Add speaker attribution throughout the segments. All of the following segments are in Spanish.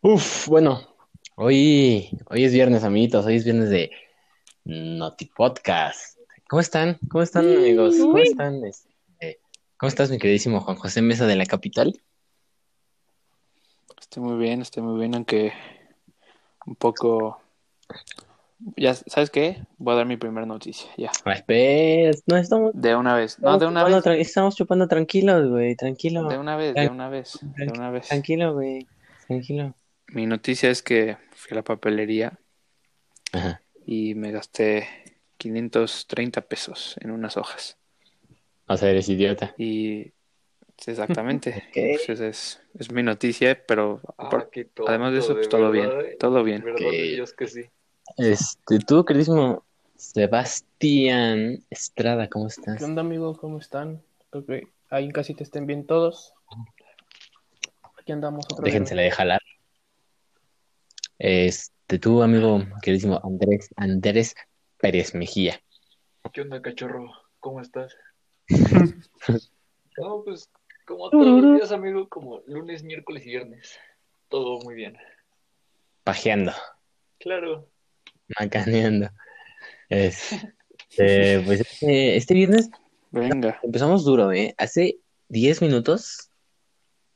Speaker 1: Uf, bueno, hoy, hoy es viernes, amiguitos, hoy es viernes de Noti Podcast. ¿Cómo están? ¿Cómo están, amigos?
Speaker 2: Mm,
Speaker 1: ¿Cómo
Speaker 2: uy.
Speaker 1: están? Este, ¿cómo estás, mi queridísimo Juan José Mesa de la Capital?
Speaker 2: Estoy muy bien, estoy muy bien, aunque un poco... Ya, ¿sabes qué? Voy a dar mi primera noticia, ya.
Speaker 1: Ah, espera, no estamos,
Speaker 2: De una vez. No,
Speaker 1: estamos
Speaker 2: de una
Speaker 1: chupando,
Speaker 2: vez.
Speaker 1: tra- estamos chupando tranquilos, güey, tranquilo,
Speaker 2: De una vez, de una vez, de
Speaker 1: tranqui-
Speaker 2: una vez.
Speaker 1: tranquilo, güey, tranquilo.
Speaker 2: Mi noticia es que fui a la papelería
Speaker 1: Ajá.
Speaker 2: y me gasté 530 pesos en unas hojas.
Speaker 1: O sea, eres idiota.
Speaker 2: Y sí, exactamente. Y
Speaker 1: ¿Qué?
Speaker 2: pues esa es, es mi noticia, pero
Speaker 3: Ah,
Speaker 2: apar-
Speaker 3: qué tonto,
Speaker 2: además de eso, pues
Speaker 3: de
Speaker 2: todo bien,
Speaker 3: verdad, ¿eh?
Speaker 2: todo
Speaker 3: De
Speaker 2: bien.
Speaker 3: verdad de
Speaker 1: Que-
Speaker 3: Dios que sí.
Speaker 1: Este, tú, queridísimo Sebastián Estrada, ¿cómo
Speaker 4: ¿Qué
Speaker 1: estás?
Speaker 4: onda, amigo? ¿Cómo están? Espero que ahí en casita estén bien todos. Aquí andamos otra vez.
Speaker 1: Déjensela de jalar. Este, tu amigo queridísimo Andrés, Andrés Pérez Mejía.
Speaker 3: ¿Qué onda, cachorro? ¿Cómo estás? No, pues como todos
Speaker 1: Tururú.
Speaker 3: los días, amigo, como lunes, miércoles y viernes. Todo muy bien.
Speaker 1: Pajeando,
Speaker 3: Claro.
Speaker 1: macaneando. Este, pues este, este viernes
Speaker 2: Venga.
Speaker 1: empezamos duro, ¿eh? Hace 10 minutos,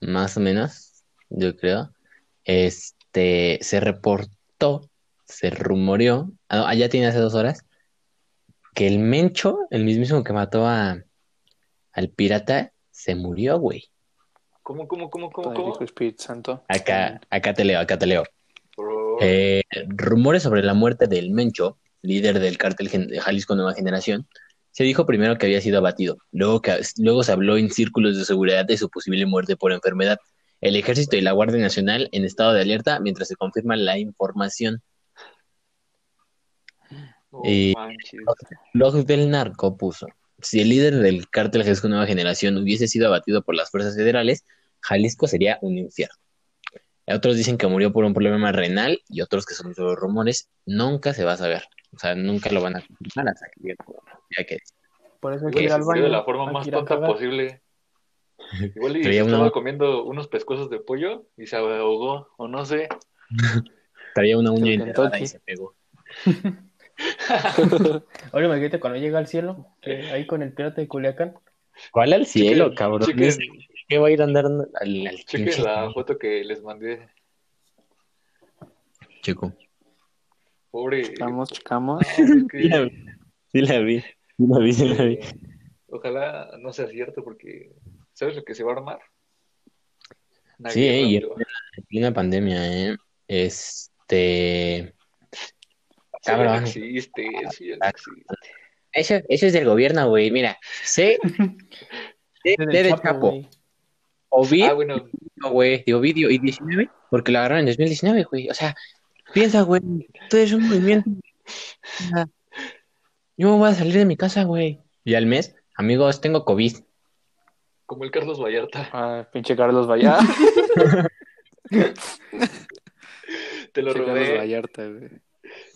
Speaker 1: más o menos, yo creo. Este, se reportó, se rumoreó, ah, no, allá tiene hace dos horas, que el Mencho, el mismísimo que mató a, al pirata, se murió, güey.
Speaker 3: ¿Cómo, cómo, cómo, cómo,
Speaker 2: Padre,
Speaker 3: cómo?
Speaker 2: Hijo, Espíritu Santo.
Speaker 1: Acá, acá te leo, acá te leo.
Speaker 3: Por-
Speaker 1: Eh, rumores sobre la muerte del Mencho, líder del cártel gen- de Jalisco Nueva Generación, se dijo primero que había sido abatido, luego, que- luego se habló en círculos de seguridad de su posible muerte por enfermedad. El ejército y la Guardia Nacional en estado de alerta mientras se confirma la información.
Speaker 3: no
Speaker 1: eh,
Speaker 3: manches.
Speaker 1: Log del narco puso, si el líder del cártel Jalisco Nueva Generación hubiese sido abatido por las fuerzas federales, Jalisco sería un infierno. Eh, Otros dicen que murió por un problema renal y otros que son solo rumores. Nunca se va a saber. O sea, nunca lo van a confirmar hasta que llegue, ya que-
Speaker 4: Por eso hay que
Speaker 3: Igual
Speaker 4: ir al
Speaker 3: se murió
Speaker 4: baño.
Speaker 3: de la forma
Speaker 4: hay
Speaker 3: más
Speaker 4: que ir a
Speaker 3: tonta
Speaker 4: cagar.
Speaker 3: posible. Igual y se
Speaker 1: Traía una-
Speaker 3: estaba comiendo unos pescuezos de pollo y se ahogó, o no sé.
Speaker 1: Traía una uña
Speaker 2: El
Speaker 1: enterrada y
Speaker 2: Kentucky.
Speaker 1: se pegó.
Speaker 4: Ahora imagínate cuando llega al cielo,
Speaker 3: Eh.
Speaker 4: que ahí con el pirata de Culiacán.
Speaker 1: ¿Cuál al cielo,
Speaker 3: Chequen-
Speaker 1: cabrón?
Speaker 3: chequen-
Speaker 1: ¿Qué va a ir andando al, al
Speaker 3: Chequen
Speaker 1: pinche
Speaker 3: la
Speaker 1: cielo,
Speaker 3: foto que les mandé.
Speaker 1: chico?
Speaker 3: Pobre.
Speaker 2: Checamos, checamos.
Speaker 3: No, es que-
Speaker 1: Sí la vi, sí la vi, sí la vi, sí la vi.
Speaker 3: Eh, ojalá no sea cierto porque ¿sabes lo que se va a armar? Una
Speaker 1: Sí,
Speaker 3: guerra,
Speaker 1: eh, y-
Speaker 3: pero-
Speaker 1: Y una pandemia, ¿eh? Este...
Speaker 3: Eso ya no
Speaker 1: Cabrón. Ah,
Speaker 3: existe, eso ya no existe.
Speaker 1: Eso, eso es del gobierno, güey. Mira, sé de,
Speaker 4: Desde
Speaker 1: de,
Speaker 4: el
Speaker 1: Chapo,
Speaker 4: güey.
Speaker 1: Ovidio,
Speaker 3: Ah, bueno,
Speaker 1: güey, de Ovidio y 19, porque lo agarraron en 2019, güey. O sea, piensa, güey, tú eres un movimiento. O sea, Yo me voy a salir de mi casa, güey. Y al mes, amigos, tengo COVID.
Speaker 3: como el Carlos Vallarta,
Speaker 2: Ah, pinche Carlos Vallarta.
Speaker 3: te lo
Speaker 2: Pinche Carlos
Speaker 3: robé.
Speaker 2: Vallarta, güey.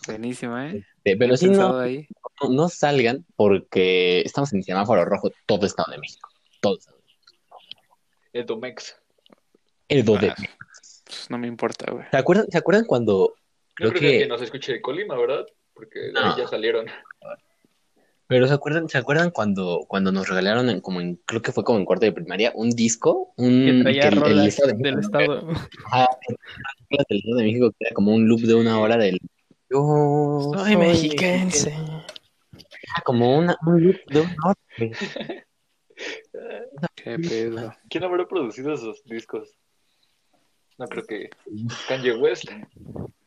Speaker 2: Buenísima, ¿eh?
Speaker 1: Eh, Pero
Speaker 2: Bien
Speaker 1: si
Speaker 2: pensado
Speaker 1: no,
Speaker 2: ahí.
Speaker 1: no salgan, porque estamos en semáforo rojo todo Estado de México. Todo. Estado de México.
Speaker 3: El Domex.
Speaker 1: El 2 de
Speaker 2: Ah, pues, no me importa, güey.
Speaker 1: ¿Se acuerdan, ¿Se acuerdan cuando
Speaker 3: No
Speaker 1: creo
Speaker 3: creo que,
Speaker 1: que
Speaker 3: alguien nos escuche de Colima, ¿verdad? Porque de
Speaker 1: No.
Speaker 3: ahí ya salieron.
Speaker 1: Pero ¿se acuerdan, se acuerdan cuando, cuando nos regalaron en, como en, creo que fue como en cuarto de primaria, un disco, un
Speaker 4: Que traía
Speaker 1: el- el
Speaker 4: rolas
Speaker 1: Estado de México-
Speaker 4: del estado.
Speaker 1: ajá, del Estado de México que era como un loop de una hora del yo soy mexiquense. Era como una, un loop de una hora. güey.
Speaker 2: Qué pedo.
Speaker 3: ¿Quién habrá producido esos discos? No creo que Kanye West.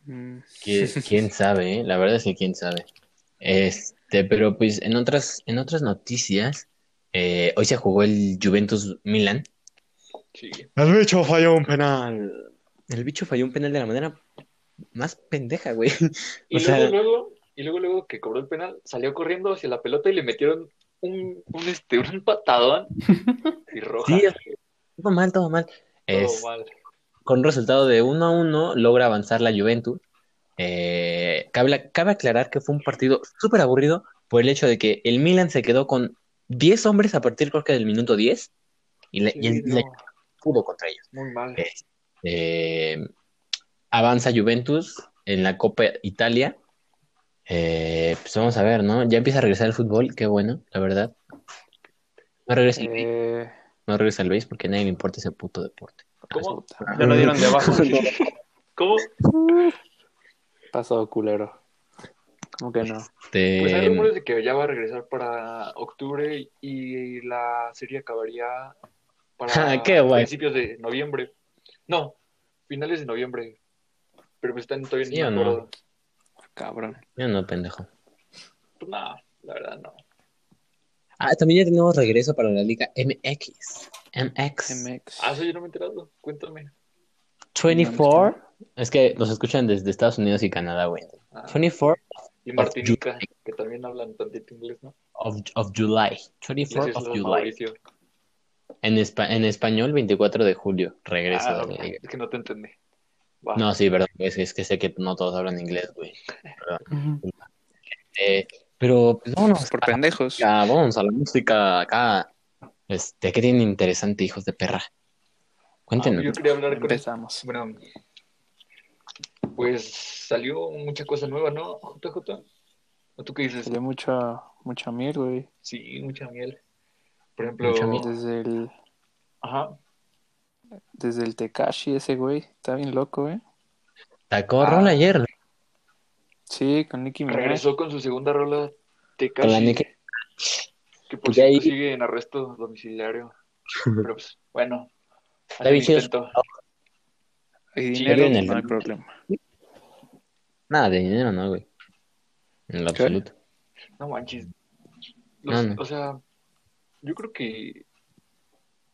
Speaker 2: Mm,
Speaker 1: Que- quién sabe, eh? La verdad es que quién sabe. Este, pero pues en otras, en otras noticias, eh, hoy se jugó el Juventus Milan.
Speaker 3: Sí.
Speaker 1: El bicho falló un penal. El bicho falló un penal de la manera más pendeja, güey.
Speaker 3: Y
Speaker 1: O
Speaker 3: luego,
Speaker 1: sea-
Speaker 3: luego, y luego, luego que cobró el penal, salió corriendo hacia la pelota y le metieron un, un, este, un patadón y roja.
Speaker 1: Sí, todo mal, todo mal.
Speaker 3: todo
Speaker 1: Es-
Speaker 3: mal.
Speaker 1: Con un resultado de 1 a 1 logra avanzar la Juventus. Eh, cabe, cabe aclarar que fue un partido súper aburrido por el hecho de que el Milan se quedó con 10 hombres a partir creo que del minuto 10 y le, y
Speaker 3: Sí,
Speaker 1: el- le
Speaker 3: no,
Speaker 1: pudo contra ellos.
Speaker 3: muy mal.
Speaker 1: Eh, avanza Juventus en la Copa Italia. Eh, pues vamos a ver, ¿no? Ya empieza a regresar el fútbol, qué bueno, la verdad. No regresa el, béis,
Speaker 2: Eh,
Speaker 1: no regresa el béis porque a nadie le importa ese puto deporte.
Speaker 3: ¿Cómo?
Speaker 4: Ya lo dieron de abajo.
Speaker 3: ¿Cómo?
Speaker 2: pasado culero. ¿Cómo que no?
Speaker 1: Este,
Speaker 3: Pues hay rumores de que ya va a regresar para octubre y la serie acabaría para
Speaker 1: Qué guay.
Speaker 3: principios de noviembre. No, finales de noviembre. Pero pues están todavía
Speaker 1: ¿Sí o
Speaker 3: en
Speaker 1: no?
Speaker 3: acuerdo.
Speaker 2: Cabrón.
Speaker 1: yo no, pendejo.
Speaker 3: Pues no, la verdad no.
Speaker 1: Ah, también ya tenemos regreso para la Liga MX. MX.
Speaker 2: MX.
Speaker 3: Ah, eso yo no me he enterado. Cuéntame.
Speaker 1: 24. Es que nos escuchan desde Estados Unidos y Canadá, güey.
Speaker 3: Ah,
Speaker 1: 24
Speaker 3: y Martinica, que también hablan tantito inglés, ¿no?
Speaker 1: of, of July.
Speaker 3: Y las
Speaker 1: 24 of
Speaker 3: Islas
Speaker 1: July.
Speaker 3: Mauricio.
Speaker 1: En, espa- en español, 24 de julio. Regreso
Speaker 3: Ah,
Speaker 1: de la Liga.
Speaker 3: es que no te entendí. Va.
Speaker 1: No, sí, perdón. Es, es que sé que no todos hablan inglés, güey. Eh, pero pues, vámonos,
Speaker 2: Por
Speaker 1: a la
Speaker 2: pendejos.
Speaker 1: música, vámonos a la música acá. Este, ¿qué tienen interesante, hijos de perra?
Speaker 3: Ah,
Speaker 1: Cuéntenos.
Speaker 3: yo quería hablar con
Speaker 2: Empezamos.
Speaker 3: Bueno, pues salió mucha cosa nueva, ¿no, JJ? ¿O tú qué dices?
Speaker 2: Salió mucha, mucha miel, güey.
Speaker 3: Sí, mucha miel. Por ejemplo,
Speaker 1: Mucha miel.
Speaker 2: Desde el,
Speaker 3: ajá,
Speaker 2: desde el Tekashi ese güey. Está bien loco, eh.
Speaker 1: Sacó
Speaker 3: Ah.
Speaker 1: rol ayer. ¿no?
Speaker 2: Sí, con Nicki Minaj.
Speaker 3: regresó con su segunda
Speaker 1: Con
Speaker 3: rola
Speaker 1: la
Speaker 3: Tekashi,
Speaker 1: Nicki-
Speaker 3: que por
Speaker 1: Y ahí-
Speaker 3: cierto sigue en arresto domiciliario. Pero pues, bueno,
Speaker 1: Está bien
Speaker 3: hace
Speaker 1: chido.
Speaker 3: un intento.
Speaker 2: Y
Speaker 3: Sí,
Speaker 2: dinero, pues,
Speaker 1: en el-
Speaker 2: no hay problema.
Speaker 1: Nada de dinero, no, güey. En lo
Speaker 2: ¿Qué?
Speaker 1: absoluto.
Speaker 3: No manches.
Speaker 1: No,
Speaker 3: Los-
Speaker 1: no.
Speaker 3: O sea, yo creo que.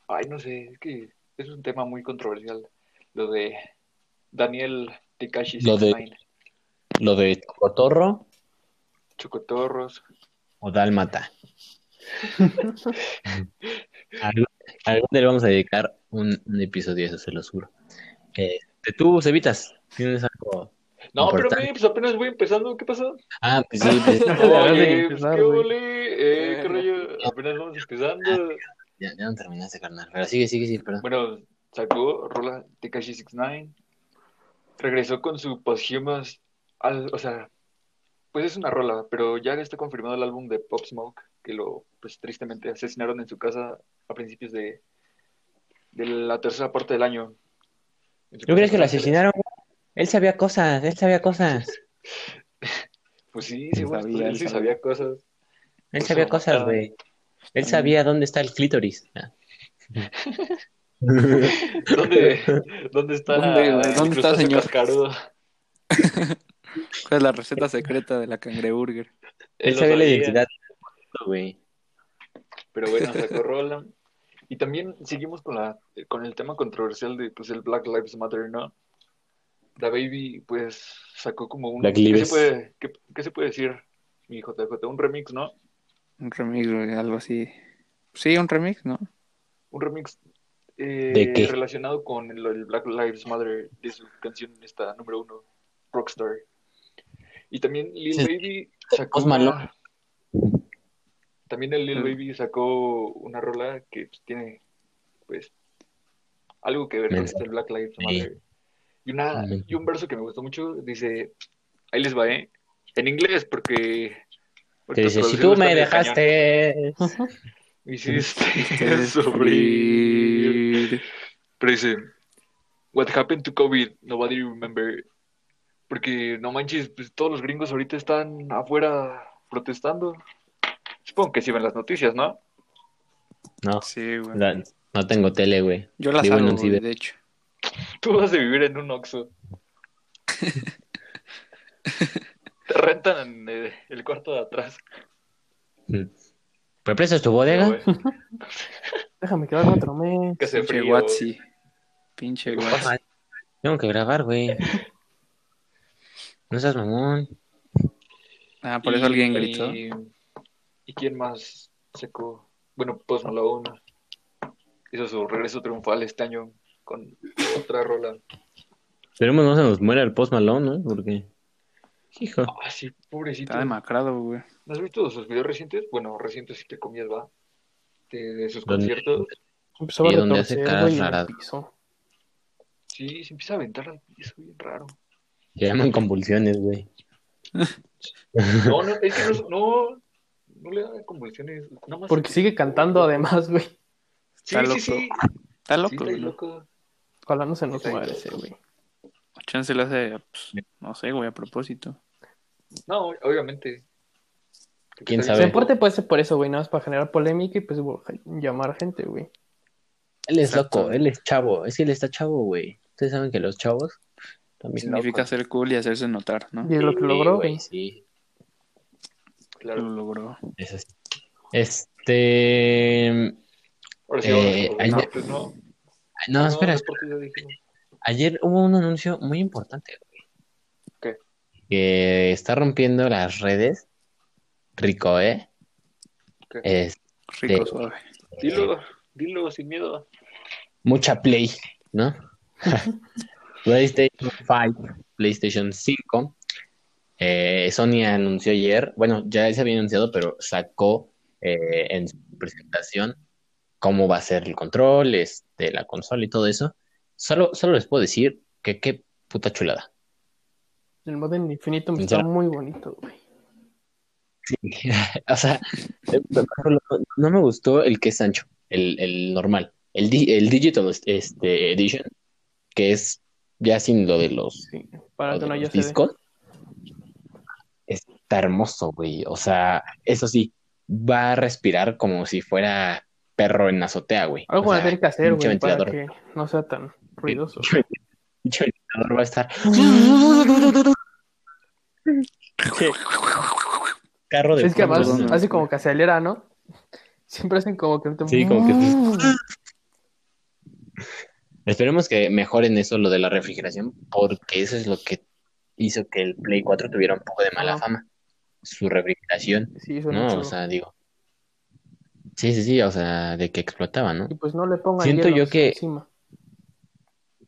Speaker 3: Ay, no sé, es que es un tema muy controversial. Lo de Daniel Tekashi
Speaker 1: Lo de-
Speaker 3: 69.
Speaker 1: Lo de Cotorro
Speaker 3: Chocotorros.
Speaker 1: o Dálmata. algún, algún día le vamos a dedicar un, un episodio a eso, se lo juro. Eh, de tú, Cevitas, tienes algo.
Speaker 3: No, pero
Speaker 1: Importante.
Speaker 3: güey, pues apenas voy empezando. ¿Qué pasó?
Speaker 1: Ah, pues sí, pues,
Speaker 4: acabas de
Speaker 3: Oye, pues,
Speaker 4: empezar,
Speaker 3: ¿qué
Speaker 4: güey.
Speaker 3: ole? Eh,
Speaker 2: Eh,
Speaker 3: ¿Qué rollo? Ah, Apenas vamos empezando.
Speaker 1: ya, ya no terminaste, carnal. Pero sigue, sigue, sí, perdón.
Speaker 3: Bueno, sacó Rola Tekashi 69. Regresó con su Posthumous. al- o sea, pues es una rola, pero ya está confirmado el álbum de Pop Smoke, que lo, pues tristemente asesinaron en su casa a principios de, de la tercera parte del año.
Speaker 1: ¿Tú crees que lo asesinaron? güey? Él sabía cosas, él sabía cosas.
Speaker 3: Pues sí, según
Speaker 2: Sabía,
Speaker 3: esto, él sí
Speaker 2: sabía.
Speaker 3: sabía cosas.
Speaker 1: Él
Speaker 3: Pues,
Speaker 1: sabía
Speaker 3: no,
Speaker 1: cosas,
Speaker 3: ah.
Speaker 1: güey. Él sabía dónde está el clítoris. Ah.
Speaker 3: ¿Dónde, dónde está
Speaker 2: ¿Dónde, güey?
Speaker 3: el
Speaker 2: ¿Dónde está,
Speaker 3: crustáceo
Speaker 2: señor?
Speaker 3: cascarudo?
Speaker 2: ¿Cuál es la receta secreta de la cangreburger?
Speaker 1: Él
Speaker 3: lo
Speaker 1: sabía la
Speaker 3: sabía.
Speaker 1: identidad. Güey.
Speaker 3: Pero bueno, sacó rola. Y también seguimos con, la, con el tema controversial de pues, el Black Lives Matter, ¿no? Da Baby, pues, sacó como un...
Speaker 1: Black
Speaker 3: ¿qué,
Speaker 1: Lives.
Speaker 3: se puede, qué, qué se puede decir, mi JJ? Un remix, ¿no?
Speaker 2: Un remix, güey, algo así. Sí, un remix, ¿no?
Speaker 3: Un remix eh,
Speaker 1: ¿De qué?
Speaker 3: relacionado con el, el Black Lives Matter de su canción esta, número uno, Rockstar. Y también Lil
Speaker 1: Sí. Pues
Speaker 3: Baby sacó...
Speaker 1: Post Malone.
Speaker 3: una- También el Lil
Speaker 2: Mm.
Speaker 3: Baby sacó una rola que pues, tiene, pues, algo que ver con
Speaker 1: Mensaje.
Speaker 3: este Black Lives
Speaker 1: Sí.
Speaker 3: Matter. Y, una,
Speaker 1: Amén.
Speaker 3: y un verso que me gustó mucho dice, ahí les va, ¿eh? En inglés, porque...
Speaker 1: Que
Speaker 3: porque
Speaker 1: dice, si
Speaker 3: traducirlo
Speaker 1: tú
Speaker 3: está
Speaker 1: me
Speaker 3: bien cañón".
Speaker 1: dejaste...
Speaker 3: Me hiciste
Speaker 2: Qué
Speaker 1: Este,
Speaker 3: sufrir. Pero dice, what happened to COVID, nobody remember. Porque, no manches, pues, todos los gringos ahorita están afuera protestando. Supongo que sí ven las noticias, ¿no?
Speaker 1: No,
Speaker 2: Sí, güey.
Speaker 1: la- no tengo tele, güey.
Speaker 2: Yo la
Speaker 1: Vivo en
Speaker 2: salgo,
Speaker 1: un
Speaker 2: güey,
Speaker 1: ciber.
Speaker 2: de hecho.
Speaker 3: Tú vas a vivir en un Oxxo. Te rentan eh, el cuarto de atrás.
Speaker 1: ¿Pero prestas tu bodega?
Speaker 3: Pero, güey,
Speaker 4: Déjame que haga otro mes.
Speaker 3: Que hace
Speaker 2: Pinche
Speaker 3: frío.
Speaker 2: Watsi. Pinche Watsi.
Speaker 1: Tengo que grabar, güey. No seas mamón.
Speaker 2: Ah, por eso alguien gritó.
Speaker 3: Y, ¿y quién más sacó? Bueno, pues, Post Malone hizo su regreso triunfal este año con otra rola.
Speaker 1: Esperemos no se nos muera el post malón, ¿no? Porque. Hijo.
Speaker 3: Ah, sí, pobrecito.
Speaker 2: Está demacrado, güey.
Speaker 3: ¿No has visto sus videos recientes? Bueno, recientes, que comillas, va. De, de sus
Speaker 1: ¿Dónde?
Speaker 3: conciertos.
Speaker 4: Empezó a
Speaker 1: ¿Y dónde hace
Speaker 4: retorcer,
Speaker 1: caras
Speaker 4: güey, en el
Speaker 1: raras?
Speaker 4: piso.
Speaker 3: Sí, se empieza a aventar al piso, bien raro.
Speaker 1: Se llaman convulsiones, güey.
Speaker 3: No, no, es que no, es- no, no le da convulsiones. Nada más
Speaker 4: Porque sigue cantando además, güey.
Speaker 3: Sí,
Speaker 2: Está
Speaker 3: sí, sí.
Speaker 2: Está
Speaker 3: Sí,
Speaker 2: loco,
Speaker 3: está
Speaker 2: güey.
Speaker 3: ahí
Speaker 2: ¿no?
Speaker 3: loco.
Speaker 4: Ojalá no se nos
Speaker 3: Sí.
Speaker 4: muera ese, güey.
Speaker 2: Chance le hace, pues, no sé, güey, a propósito.
Speaker 3: No, obviamente.
Speaker 1: ¿Quién
Speaker 3: Está
Speaker 1: A
Speaker 4: Se
Speaker 1: sabe? ver.
Speaker 4: deporte puede ser por eso, güey, nada más para generar polémica y pues bo- llamar gente, güey.
Speaker 1: Él es
Speaker 2: Exacto.
Speaker 1: loco, él es chavo. Es que él está chavo, güey. Ustedes saben que los chavos también
Speaker 2: Significa
Speaker 1: locos.
Speaker 2: ser cool y hacerse notar, ¿no?
Speaker 4: Y es lo que logró,
Speaker 1: güey,
Speaker 4: güey.
Speaker 1: Sí,
Speaker 3: Claro.
Speaker 2: Lo logró.
Speaker 1: eso sí. Este.
Speaker 3: Ahora sí,
Speaker 1: Eh,
Speaker 3: vamos
Speaker 1: ahí-
Speaker 3: a los deportes, ¿no?
Speaker 1: No, espera,
Speaker 3: los deportes ya dijimos.
Speaker 1: Ayer hubo un anuncio muy importante, güey.
Speaker 3: ¿Qué?
Speaker 1: Que está rompiendo las redes. Rico, ¿eh?
Speaker 3: ¿Qué?
Speaker 1: Es
Speaker 2: Rico,
Speaker 1: Sí.
Speaker 2: suave.
Speaker 3: Dilo, dilo sin miedo.
Speaker 1: mucha Play, ¿no? PlayStation 5, PlayStation 5. Eh, Sony anunció ayer, bueno, ya se había anunciado, pero sacó eh, en su presentación cómo va a ser el control, este, la consola y todo eso. Solo, solo les puedo decir que qué puta chulada.
Speaker 4: El Modern Infinitum está
Speaker 1: Sincero.
Speaker 4: muy bonito, güey.
Speaker 1: O sea, eh, por ejemplo, no, no me gustó el que es ancho, el, el normal. El, di- el Digital este, Edition, que es ya sin lo de los,
Speaker 4: Sí,
Speaker 1: lo
Speaker 4: para
Speaker 1: de
Speaker 4: que no
Speaker 1: los
Speaker 4: haya CD.
Speaker 1: discos. Está hermoso, güey. O sea, eso sí, va a respirar como si fuera perro en azotea, güey.
Speaker 4: Algo
Speaker 1: O
Speaker 4: van a
Speaker 1: sea,
Speaker 4: tener que hacer,
Speaker 1: pinche
Speaker 4: güey, para
Speaker 1: ventilador.
Speaker 4: que no sea tan ruidoso.
Speaker 1: Pinche ventilador va a estar. Carro de
Speaker 4: Es que además
Speaker 1: fondo,
Speaker 2: Perdón,
Speaker 4: hace
Speaker 2: güey.
Speaker 4: como que acelera, ¿no? Siempre hacen como que...
Speaker 1: Sí, como que- Esperemos que mejoren eso, lo de la refrigeración, porque eso es lo que hizo que el Play 4 tuviera un poco de mala
Speaker 4: Ajá.
Speaker 1: fama. Su refrigeración,
Speaker 4: Sí, eso
Speaker 1: ¿no? O sea, digo. Sí, sí, sí, o sea, de que explotaba, ¿no?
Speaker 4: Y pues no le pongan
Speaker 1: siento
Speaker 4: hielos
Speaker 1: yo que-
Speaker 4: encima.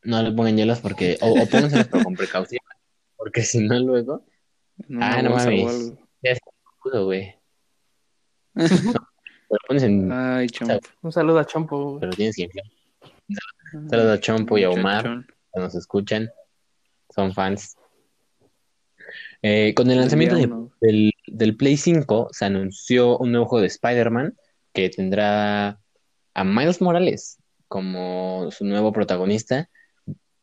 Speaker 1: No le pongan hielos porque. O, o pónganselos, pero con precaución. Porque si no, luego.
Speaker 2: En
Speaker 1: Ah,
Speaker 2: una
Speaker 1: no
Speaker 2: bolsa o
Speaker 1: mames.
Speaker 2: algo.
Speaker 1: Ya está cojudo, güey. No, lo pones en.
Speaker 2: Ay, chompo.
Speaker 4: Un saludo a Champo, güey.
Speaker 1: Pero tienes que inflar. Saludos a Chompo y a Omar. que nos escuchan, son fans. Eh, con el lanzamiento de-
Speaker 2: Uno.
Speaker 1: del, del Play 5 se anunció un nuevo juego de Spider-Man que tendrá a Miles Morales como su nuevo protagonista.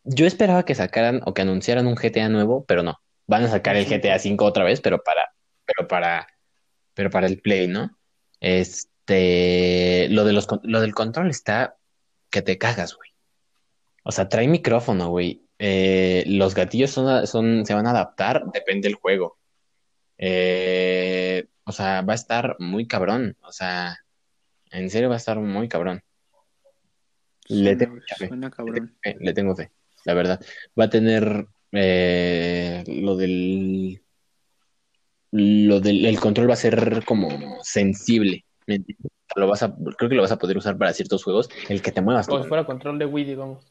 Speaker 1: Yo esperaba que sacaran o que anunciaran un GTA nuevo, pero no. Van a sacar el GTA 5 otra vez, pero para, pero para, pero para el Play, ¿no? Este, lo de los, con- lo del control está que te cagas, güey. O sea, trae micrófono, güey. Eh, los gatillos son, son, se van a adaptar, depende del juego. Eh, o sea, va a estar muy cabrón. O sea, en serio va a estar muy cabrón. Le tengo
Speaker 2: Suena,
Speaker 1: mucha fe,
Speaker 2: suena cabrón.
Speaker 1: eh, le tengo fe, la verdad. Va a tener eh, lo del... Lo del el control va a ser como sensible. ¿me entiendes? Lo vas a, creo que lo vas a poder usar para ciertos juegos. El que te muevas tú.
Speaker 4: Como si fuera control de Wii, digamos.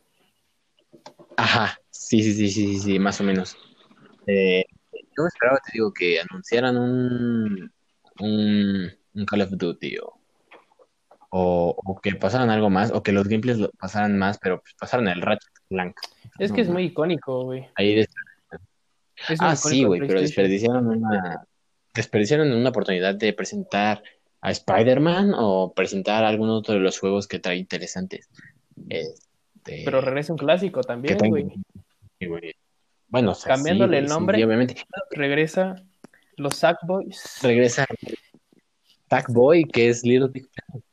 Speaker 1: Ajá, sí, sí, sí, sí, sí, sí, más o menos. Eh, yo esperaba, te digo, que anunciaran un, un, un Call of Duty o, o, o que pasaran algo más, o que los gameplays lo pasaran más, pero pues pasaran el Ratchet Clank.
Speaker 4: Es que es muy icónico, güey.
Speaker 1: Ahí des-
Speaker 4: Es muy
Speaker 1: Ah,
Speaker 4: icónico
Speaker 1: sí,
Speaker 4: de
Speaker 1: güey, pero
Speaker 4: PlayStation.
Speaker 1: desperdiciaron una, desperdiciaron una oportunidad de presentar a Spider-Man o presentar algún otro de los juegos que trae interesantes. Este,
Speaker 4: Pero regresa un clásico
Speaker 1: que
Speaker 4: también,
Speaker 1: tenga-
Speaker 4: güey.
Speaker 1: Sí, güey. Bueno, o sea, sí,
Speaker 4: Cambiándole
Speaker 1: güey,
Speaker 4: el
Speaker 1: sí,
Speaker 4: nombre.
Speaker 1: obviamente.
Speaker 4: Regresa los Sackboys.
Speaker 1: regresa Boy, que es Little Big Planet.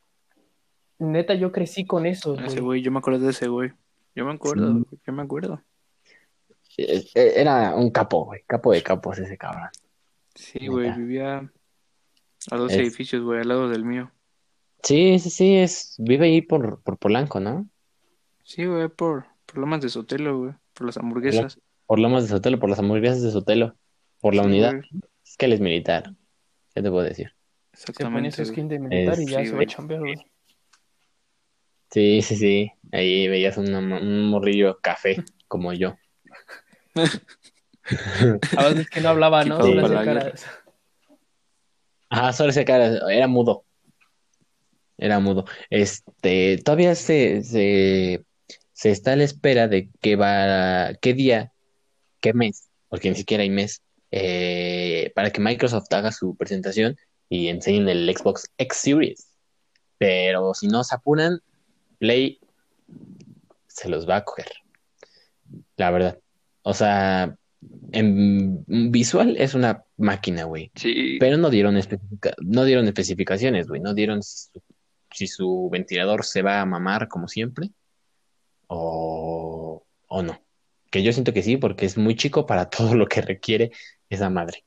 Speaker 4: Neta, yo crecí con eso,
Speaker 2: Ese
Speaker 4: güey.
Speaker 2: Ah, güey, yo me acuerdo de ese güey. Yo me acuerdo,
Speaker 1: Sí.
Speaker 2: güey, yo me acuerdo.
Speaker 1: Eh, eh, Era un capo, güey. Capo de capos ese cabrón.
Speaker 2: Sí, güey,
Speaker 1: Neta.
Speaker 2: vivía a dos
Speaker 1: Es-
Speaker 2: edificios, güey, al lado del mío.
Speaker 1: Sí, sí, sí. Es, vive ahí por, por Polanco, ¿no?
Speaker 2: Sí, güey, por, por Lomas de Sotelo, güey, por las hamburguesas.
Speaker 1: Por Lomas de Sotelo, por las hamburguesas de Sotelo. Por la
Speaker 2: Sí,
Speaker 1: unidad.
Speaker 2: güey,
Speaker 1: Es que él es militar. ¿Qué te puedo decir?
Speaker 4: Se ponía
Speaker 2: Exactamente.
Speaker 4: su
Speaker 2: güey.
Speaker 4: skin de militar y
Speaker 1: Es-
Speaker 4: ya
Speaker 2: sí,
Speaker 4: se va a
Speaker 2: güey.
Speaker 4: chambear, güey.
Speaker 1: Sí, sí, sí. Ahí veías una- un morrillo café, como yo.
Speaker 4: A veces que no hablaba, ¿no?
Speaker 2: Equipado
Speaker 4: Solo
Speaker 1: para
Speaker 4: hacía
Speaker 2: la
Speaker 4: caras.
Speaker 1: Ajá, solo ese cara. Era mudo. Era mudo. Este, todavía se, se, se está a la espera de qué va, qué día, qué mes, porque ni siquiera hay mes, eh, para que Microsoft haga su presentación y enseñen el Xbox X Series. Pero si no se apuran, Play se los va a coger. La verdad. O sea, en visual es una máquina, güey.
Speaker 3: Sí,
Speaker 1: Pero no dieron, especifica- no dieron especificaciones, güey. No dieron si su, si su ventilador se va a mamar como siempre o, o no. Que yo siento que sí, porque es muy chico para todo lo que requiere esa madre.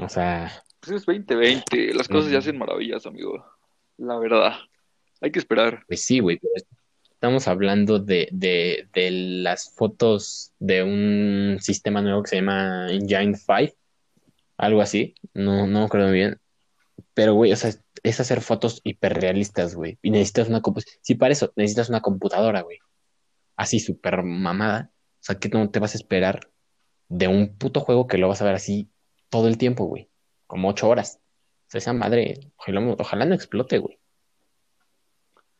Speaker 1: O sea,
Speaker 3: pues es 2020. Las cosas ya hacen maravillas, amigo. La verdad. Hay que esperar.
Speaker 1: pues sí, güey. pero Estamos hablando de, de, de las fotos de un sistema nuevo que se llama Engine 5, algo así. No, no creo muy bien. Pero, güey, o sea, es hacer fotos hiperrealistas, güey. Y necesitas una computadora. Sí, para eso necesitas una computadora, güey. Así, súper mamada. O sea, que no te vas a esperar de un puto juego que lo vas a ver así todo el tiempo, güey. Como ocho horas. O sea, esa madre, ojalá, ojalá no explote, güey.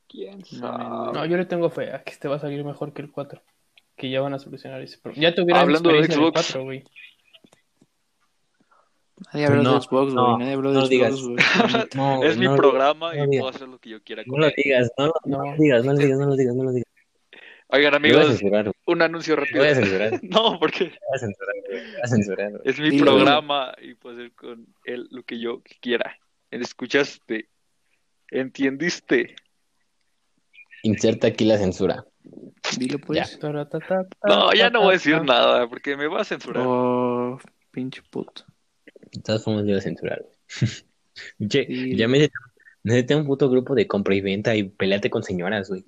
Speaker 3: ¿Quién
Speaker 2: No, no,
Speaker 4: No,
Speaker 3: sabe?
Speaker 4: yo le tengo fe a que este va a salir mejor que el 4. Que ya van a solucionar ese problema. Ya tuvieron
Speaker 3: Hablando de
Speaker 4: experiencia del
Speaker 3: Xbox.
Speaker 4: 4, güey.
Speaker 2: Nadie habló
Speaker 1: No,
Speaker 2: de Xbox, güey.
Speaker 1: no,
Speaker 2: Nadie habló de
Speaker 1: no
Speaker 2: Xbox,
Speaker 1: digas.
Speaker 2: güey.
Speaker 1: No,
Speaker 3: Es mi
Speaker 1: no,
Speaker 3: programa
Speaker 1: no
Speaker 3: y
Speaker 1: digas.
Speaker 3: puedo hacer lo que yo quiera
Speaker 1: No
Speaker 3: con
Speaker 1: lo
Speaker 3: él.
Speaker 1: digas, no, lo- no lo digas, no lo digas, no lo digas, no lo digas.
Speaker 3: Oigan,
Speaker 1: Lo voy a
Speaker 3: amigos,
Speaker 1: censurar, güey.
Speaker 3: un anuncio
Speaker 1: Lo
Speaker 3: rápido.
Speaker 1: voy a censurar, lo
Speaker 3: No, porque
Speaker 1: voy a censurar, güey, lo voy a censurar, güey.
Speaker 3: es mi
Speaker 2: Dilo.
Speaker 3: programa y puedo hacer con él lo que yo quiera. Escuchaste. ¿Entiendiste?
Speaker 1: Inserta aquí la censura.
Speaker 2: Dilo, pues.
Speaker 4: Taratata,
Speaker 3: No, ya no voy a decir
Speaker 4: taratata.
Speaker 3: nada porque me va a censurar.
Speaker 2: Oh, pinche puto.
Speaker 1: De todas formas, lo voy a censurar, güey. Che,
Speaker 2: Sí.
Speaker 1: ya me Necesité un puto grupo de compra y venta y peleate con señoras, güey.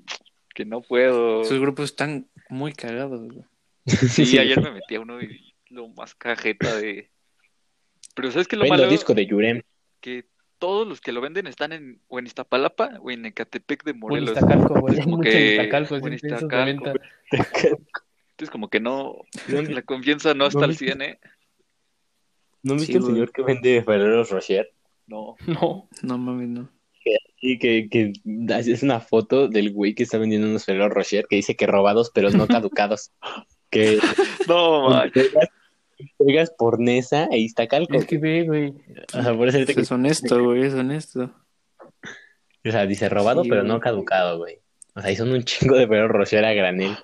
Speaker 3: Que no puedo.
Speaker 2: Esos grupos están muy cagados, güey.
Speaker 3: Sí, ayer me metí a uno y lo más cajeta de. Pero ¿sabes qué es lo
Speaker 1: Vendo
Speaker 3: malo?
Speaker 1: disco de Yurem.
Speaker 3: Que todos los que lo venden están en, o en Iztapalapa o en Ecatepec de
Speaker 4: O en
Speaker 3: Morelos.
Speaker 4: Iztacalco, güey.
Speaker 3: Como
Speaker 4: Mucho
Speaker 3: que-
Speaker 4: en Iztacalco,
Speaker 3: como en
Speaker 4: siempre esos de
Speaker 3: Iztacalco,
Speaker 4: venta.
Speaker 3: Entonces, como que no. La confianza no está
Speaker 1: No,
Speaker 3: al
Speaker 1: no.
Speaker 3: 100, ¿eh?
Speaker 1: ¿No
Speaker 2: viste Sí, el güey. señor
Speaker 1: que vende Ferreros Rocher?
Speaker 3: No.
Speaker 4: No,
Speaker 2: No mames, no.
Speaker 1: Y que, que es una foto del güey que está vendiendo unos Ferreros Rocher que dice que robados pero no caducados. que
Speaker 3: No, man.
Speaker 1: entregas, entregas por Nesa e Iztacalco.
Speaker 4: es que ve, güey.
Speaker 1: O sea, por eso ahorita que-
Speaker 2: Es honesto, güey, es honesto.
Speaker 1: o sea, dice robado
Speaker 2: Sí,
Speaker 1: pero
Speaker 2: güey.
Speaker 1: no caducado, güey. O sea, y son un chingo de Ferreros Rocher a granel.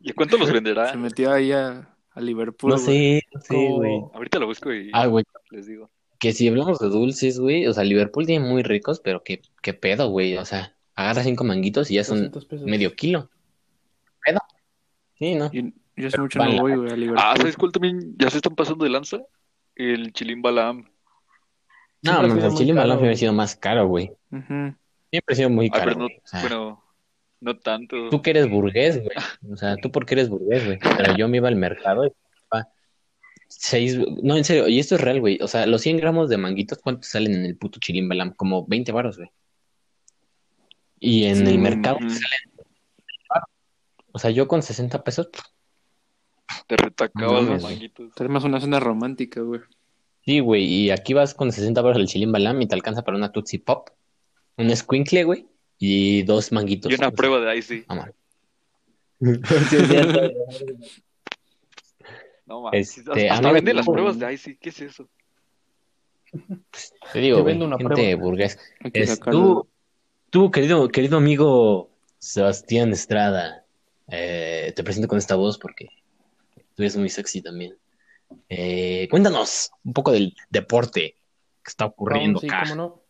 Speaker 3: ¿Y a cuánto los
Speaker 2: Se
Speaker 3: venderán?
Speaker 2: metió ahí a, a Liverpool.
Speaker 1: No
Speaker 2: güey.
Speaker 1: sé, no sé,
Speaker 4: Como-
Speaker 1: güey.
Speaker 3: Ahorita lo busco y
Speaker 1: Ah, güey,
Speaker 3: les digo.
Speaker 1: que si hablamos de dulces, güey, o sea, Liverpool tiene muy ricos, pero qué, qué pedo, güey. O sea, agarra cinco manguitos y ya son
Speaker 4: 200 pesos.
Speaker 1: medio kilo. ¿Pedo? Sí, ¿no?
Speaker 2: Yo, yo hace mucho
Speaker 1: Bala.
Speaker 2: no voy, güey, a Liverpool.
Speaker 3: Ah, ¿sabes cuál también? ¿Ya se están pasando de lanza? El Chilín Balam.
Speaker 1: No,
Speaker 4: Siempre
Speaker 1: mames,
Speaker 4: ha sido
Speaker 1: el
Speaker 4: muy
Speaker 1: chile
Speaker 4: caro,
Speaker 1: malón siempre
Speaker 4: güey.
Speaker 1: ha sido más caro, güey.
Speaker 2: Ujú.
Speaker 1: Siempre ha sido muy
Speaker 3: Ah,
Speaker 1: caro.
Speaker 3: pero no.
Speaker 1: güey. O sea,
Speaker 3: Bueno, no tanto.
Speaker 1: tú que eres burgués,
Speaker 3: Ah.
Speaker 1: güey. O sea, tú porque eres burgués, güey. Pero yo me iba al mercado y pa, seis, no, en serio, y esto es real, güey. O sea, los 100 gramos de manguitos, ¿cuántos salen en el puto chilimbalam? Como 20 varos, güey. Y en
Speaker 2: Sí,
Speaker 1: el
Speaker 2: no
Speaker 1: mercado,
Speaker 3: Mm,
Speaker 1: o sea, yo con 60 pesos,
Speaker 3: Te retacabas
Speaker 1: No,
Speaker 3: los
Speaker 1: güey.
Speaker 3: manguitos.
Speaker 2: Es más una zona romántica, güey.
Speaker 1: sí, güey. Y aquí vas con 60 varos al chilimbalam y te alcanza para una Tootsie Pop, un squinkle, güey, y dos manguitos.
Speaker 3: Y una
Speaker 1: O sea,
Speaker 3: prueba de Icy.
Speaker 1: Ah, man. Sí, es cierto.
Speaker 3: No mames.
Speaker 1: Este,
Speaker 3: Hasta-
Speaker 1: a
Speaker 3: Hasta
Speaker 1: mí-
Speaker 3: venden las pruebas de Icy. ¿Qué es eso?
Speaker 1: Te digo,
Speaker 4: Te
Speaker 1: güey,
Speaker 4: vendo una
Speaker 1: gente
Speaker 4: prueba.
Speaker 1: burgués.
Speaker 2: Hay que
Speaker 1: Es,
Speaker 2: sacarlo.
Speaker 1: tú, tú, querido, querido amigo Sebastián Estrada, eh, te presento con esta voz porque tú eres muy sexy también. Eh, cuéntanos un poco del deporte que está ocurriendo
Speaker 4: Sí,
Speaker 1: acá.
Speaker 4: cómo no.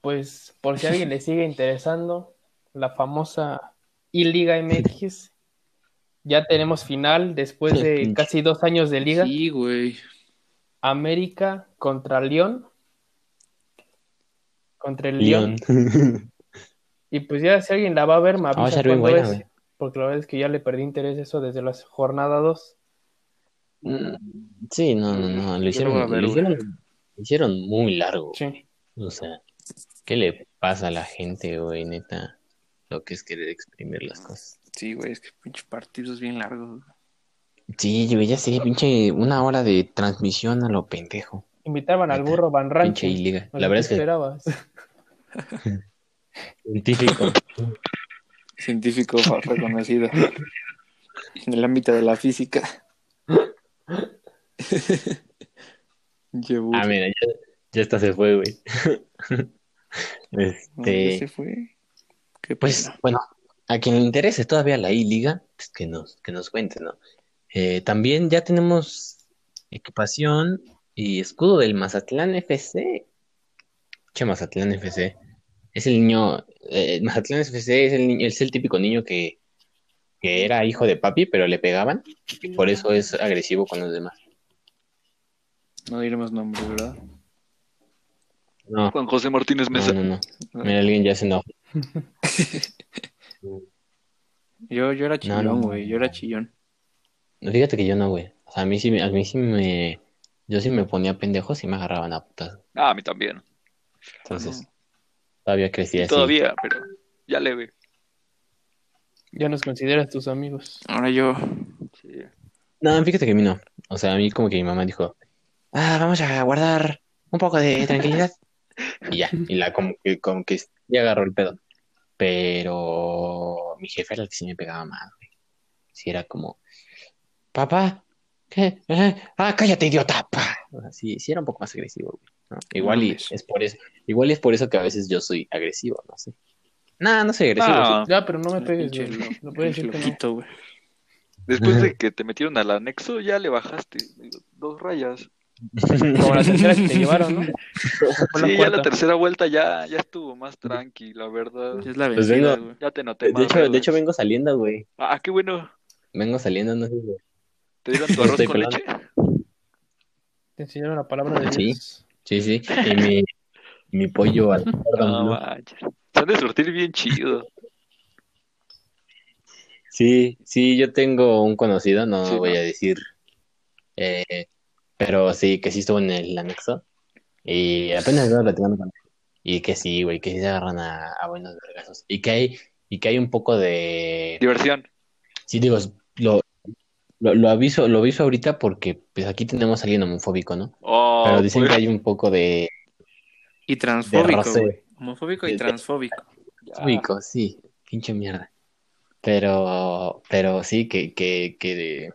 Speaker 4: Pues por si a alguien le sigue interesando, la famosa I-Liga MX. Ya tenemos final después de
Speaker 1: Pinche.
Speaker 4: casi dos años de liga.
Speaker 2: Sí, güey.
Speaker 4: América contra León. Contra el León.
Speaker 1: León. Ah,
Speaker 4: Y pues ya si alguien la va a ver, me
Speaker 1: va a
Speaker 4: avisa
Speaker 1: ser bien
Speaker 4: cuándo
Speaker 1: buena,
Speaker 4: es,
Speaker 1: güey.
Speaker 4: Porque la verdad es que ya le perdí interés eso desde la jornada 2.
Speaker 1: Mm, Sí, no, no, no, lo
Speaker 2: Yo lo
Speaker 1: hicieron,
Speaker 2: voy a ver,
Speaker 1: lo
Speaker 2: güey.
Speaker 1: hicieron, lo hicieron muy largo.
Speaker 4: Sí.
Speaker 1: O sea, ¿qué le pasa a la gente, güey, neta? Lo que es querer exprimir las cosas.
Speaker 2: Sí, güey, es que pinche partidos bien largos. güey.
Speaker 1: Sí, güey, ya sería pinche una hora de transmisión a lo pendejo.
Speaker 4: Invitaban al
Speaker 1: Neta,
Speaker 4: burro Van
Speaker 1: Pinche
Speaker 4: Rancho.
Speaker 1: liga. La verdad es que
Speaker 4: esperabas.
Speaker 1: Científico.
Speaker 2: Científico reconocido en el ámbito de la física. Yo,
Speaker 1: Ah, mira, ya, ya hasta se fue, güey.
Speaker 2: no,
Speaker 1: Este,
Speaker 2: ya se fue. Qué
Speaker 1: Pues,
Speaker 2: pena.
Speaker 1: bueno, a quien le interese todavía la I-Liga, pues que nos, que nos cuente, ¿no? Eh, también ya tenemos equipación y escudo del Mazatlán FC. Che, Mazatlán FC. Es el niño, eh, Mazatlán FC es el, niño- es el típico niño que, que era hijo de papi, pero le pegaban. Y por eso es agresivo con los demás.
Speaker 2: no diremos nombre, ¿verdad?
Speaker 1: No,
Speaker 3: Juan José Martínez
Speaker 1: no,
Speaker 3: Mesa.
Speaker 1: no, no. Mira, alguien ya se enojó.
Speaker 2: Yo, yo
Speaker 1: No, no,
Speaker 2: era chillón,
Speaker 1: no.
Speaker 2: güey. Yo era chillón.
Speaker 1: Fíjate que yo no, güey. O sea, a mí sí, me- a mí sí me... Yo sí me ponía pendejo y me agarraban a putas.
Speaker 3: Ah, a mí también.
Speaker 1: Entonces, todavía crecía así.
Speaker 3: Todavía, pero ya leve.
Speaker 4: Ya nos consideras tus amigos.
Speaker 2: Ahora yo.
Speaker 3: Sí.
Speaker 1: No, fíjate que a mí no. O sea, a mí como que mi mamá dijo, ah, vamos a guardar un poco de tranquilidad. Y ya, y la como que, como que ya agarró el pedo. Pero mi jefe era el que sí me pegaba más, güey. Sí, era como, papá, ¿qué? Ajá. Ah, cállate, idiota, pa". O sea, sí, sí era un poco más agresivo, güey. ¿no? Igual y
Speaker 2: Mames.
Speaker 1: es por eso, igual y es por eso que a veces yo soy agresivo, no sé. Nah, no soy agresivo,
Speaker 3: Ah,
Speaker 4: Ya, pero no me pegues,
Speaker 2: pinche
Speaker 4: güey.
Speaker 2: lo-
Speaker 4: No puedes decir que no.
Speaker 2: loquito, güey.
Speaker 3: Después de que te metieron al anexo, ya le bajaste dos rayas.
Speaker 1: sí.
Speaker 4: Como la tercera que te llevaron, ¿no? Fue la
Speaker 3: sí, ya
Speaker 4: cuarta.
Speaker 3: la tercera vuelta ya, ya estuvo más tranqui, la verdad.
Speaker 2: Es la
Speaker 1: Pues
Speaker 2: vencida,
Speaker 1: vengo-
Speaker 2: güey.
Speaker 3: Ya te noté más.
Speaker 1: De hecho, de
Speaker 3: relax.
Speaker 1: hecho vengo saliendo, güey.
Speaker 3: Ah, qué bueno.
Speaker 1: Vengo saliendo, no sé, güey.
Speaker 3: ¿Te dieron tu arroz
Speaker 1: Estoy
Speaker 3: con
Speaker 1: pelando.
Speaker 3: leche?
Speaker 4: Te enseñaron la palabra de
Speaker 1: Sí.
Speaker 4: Dios.
Speaker 1: Sí, sí, y mi, mi pollo al
Speaker 3: No,
Speaker 1: horno.
Speaker 3: Ah, vaya. Se han de surtir bien chido.
Speaker 1: Sí, sí, yo tengo un conocido, no
Speaker 3: Sí,
Speaker 1: voy
Speaker 3: ¿no?
Speaker 1: a decir, eh, pero sí, que sí estuvo en el anexo y apenas estaba platicando con él. Y que sí, güey, que sí se agarran a, a buenos vergazos. Y que hay, y que hay un poco de...
Speaker 3: Diversión.
Speaker 1: Sí, digo, lo, lo, lo aviso, lo aviso ahorita porque pues aquí tenemos a alguien homofóbico, ¿no?
Speaker 3: Oh,
Speaker 1: Pero dicen
Speaker 3: pues,
Speaker 1: que hay un poco de...
Speaker 2: Y
Speaker 1: De
Speaker 2: transfóbico,
Speaker 1: roce.
Speaker 2: güey. Homofóbico y
Speaker 1: De-
Speaker 2: transfóbico.
Speaker 3: ya.
Speaker 1: Ubico, sí, pinche mierda. Pero, pero sí, que, que, que,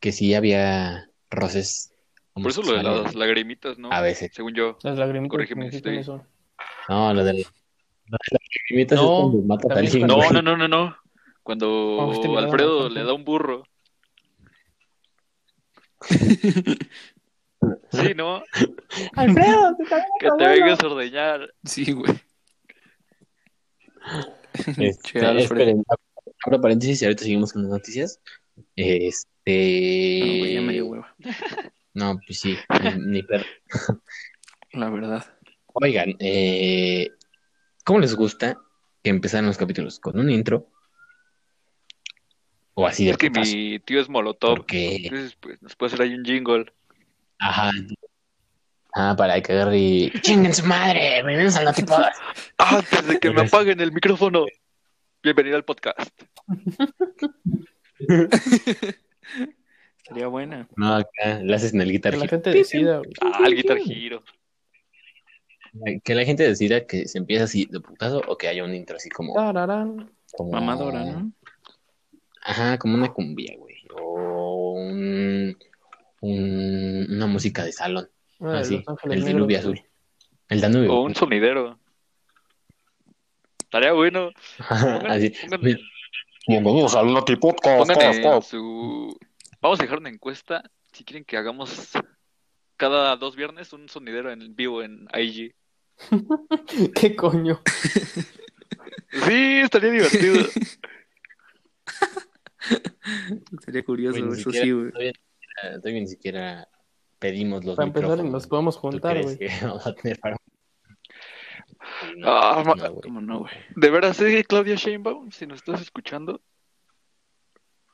Speaker 1: que sí había roces.
Speaker 3: Por eso lo de
Speaker 1: homosexuales,
Speaker 3: las lagrimitas, ¿no?
Speaker 1: A veces.
Speaker 3: Según yo.
Speaker 4: Las lagrimitas
Speaker 3: Corrígeme si
Speaker 4: mexicanas son.
Speaker 1: No, lo de, lo de las lagrimitas es
Speaker 4: No,
Speaker 1: cuando matas a
Speaker 4: también es
Speaker 1: alguien,
Speaker 4: cuando-
Speaker 1: güey.
Speaker 3: No, no, no, no, no. Cuando
Speaker 4: Oh, este me da
Speaker 3: Alfredo
Speaker 4: bastante.
Speaker 3: le da un burro. sí, ¿no?
Speaker 1: ¡Alfredo! te
Speaker 3: Que te vengas a ordeñar.
Speaker 2: Sí, güey.
Speaker 1: Este,
Speaker 2: Che, Alfred.
Speaker 1: esperen, abro paréntesis y ahorita seguimos con las noticias.
Speaker 3: Ah,
Speaker 2: No, güey,
Speaker 1: Este.
Speaker 2: ya me dio hueva.
Speaker 1: no, pues sí, ni, ni pedo.
Speaker 2: La verdad.
Speaker 1: Oigan, eh, ¿cómo les gusta que empezaran los capítulos con un intro? O así de
Speaker 3: Es que
Speaker 1: putazo,
Speaker 3: mi tío es molotov.
Speaker 1: porque
Speaker 3: Entonces, pues, nos puede hacer ahí un jingle.
Speaker 1: ajá. Ah, para que agarre y chinguen su madre, bienvenidos al Notipodas.
Speaker 3: Antes de que me
Speaker 1: Gracias.
Speaker 3: apaguen el micrófono. Bienvenido al podcast.
Speaker 2: Estaría buena.
Speaker 1: No, acá le haces en el
Speaker 4: Que
Speaker 1: guitar
Speaker 4: la
Speaker 1: Hero.
Speaker 4: gente decida, güey.
Speaker 3: Ah, el guitar giro.
Speaker 1: Que la gente decida que se empieza así de putazo o que haya un intro así
Speaker 4: Ah,
Speaker 1: como,
Speaker 4: Tararán.
Speaker 1: como-
Speaker 2: Mamadora,
Speaker 1: Oh.
Speaker 2: ¿no?
Speaker 1: Ajá, como una cumbia, güey. O un, un- una música de salón.
Speaker 4: Una Ah, de
Speaker 1: así,
Speaker 4: Los Ángeles
Speaker 1: el
Speaker 4: Negros,
Speaker 1: diluvio
Speaker 4: güey.
Speaker 1: azul. El Danubio.
Speaker 3: O un sonidero. Estaría bueno.
Speaker 1: Ajá,
Speaker 3: Pongan-
Speaker 1: así. pues,
Speaker 3: pongan-
Speaker 5: Bienvenidos al Noti Podcast.
Speaker 3: Pongan
Speaker 5: Podcast,
Speaker 3: en
Speaker 5: podcast.
Speaker 3: su. Vamos a dejar una encuesta. Si quieren que hagamos cada dos viernes un sonidero en vivo en IG.
Speaker 4: ¿Qué coño?
Speaker 3: Sí, estaría divertido.
Speaker 2: Sería curioso,
Speaker 1: Güey, Pues ni
Speaker 2: eso
Speaker 1: siquiera-
Speaker 2: sí, güey.
Speaker 1: Eh, Todavía ni siquiera pedimos los
Speaker 4: Para empezar,
Speaker 1: micrófonos.
Speaker 4: nos podemos
Speaker 1: ¿Tú
Speaker 4: juntar,
Speaker 1: crees
Speaker 4: güey.
Speaker 1: que vamos a tener para- No,
Speaker 3: Ah, ma-
Speaker 1: no, güey.
Speaker 2: ¿Cómo no, güey?
Speaker 3: De veras, eh, Claudia Sheinbaum, si nos estás escuchando,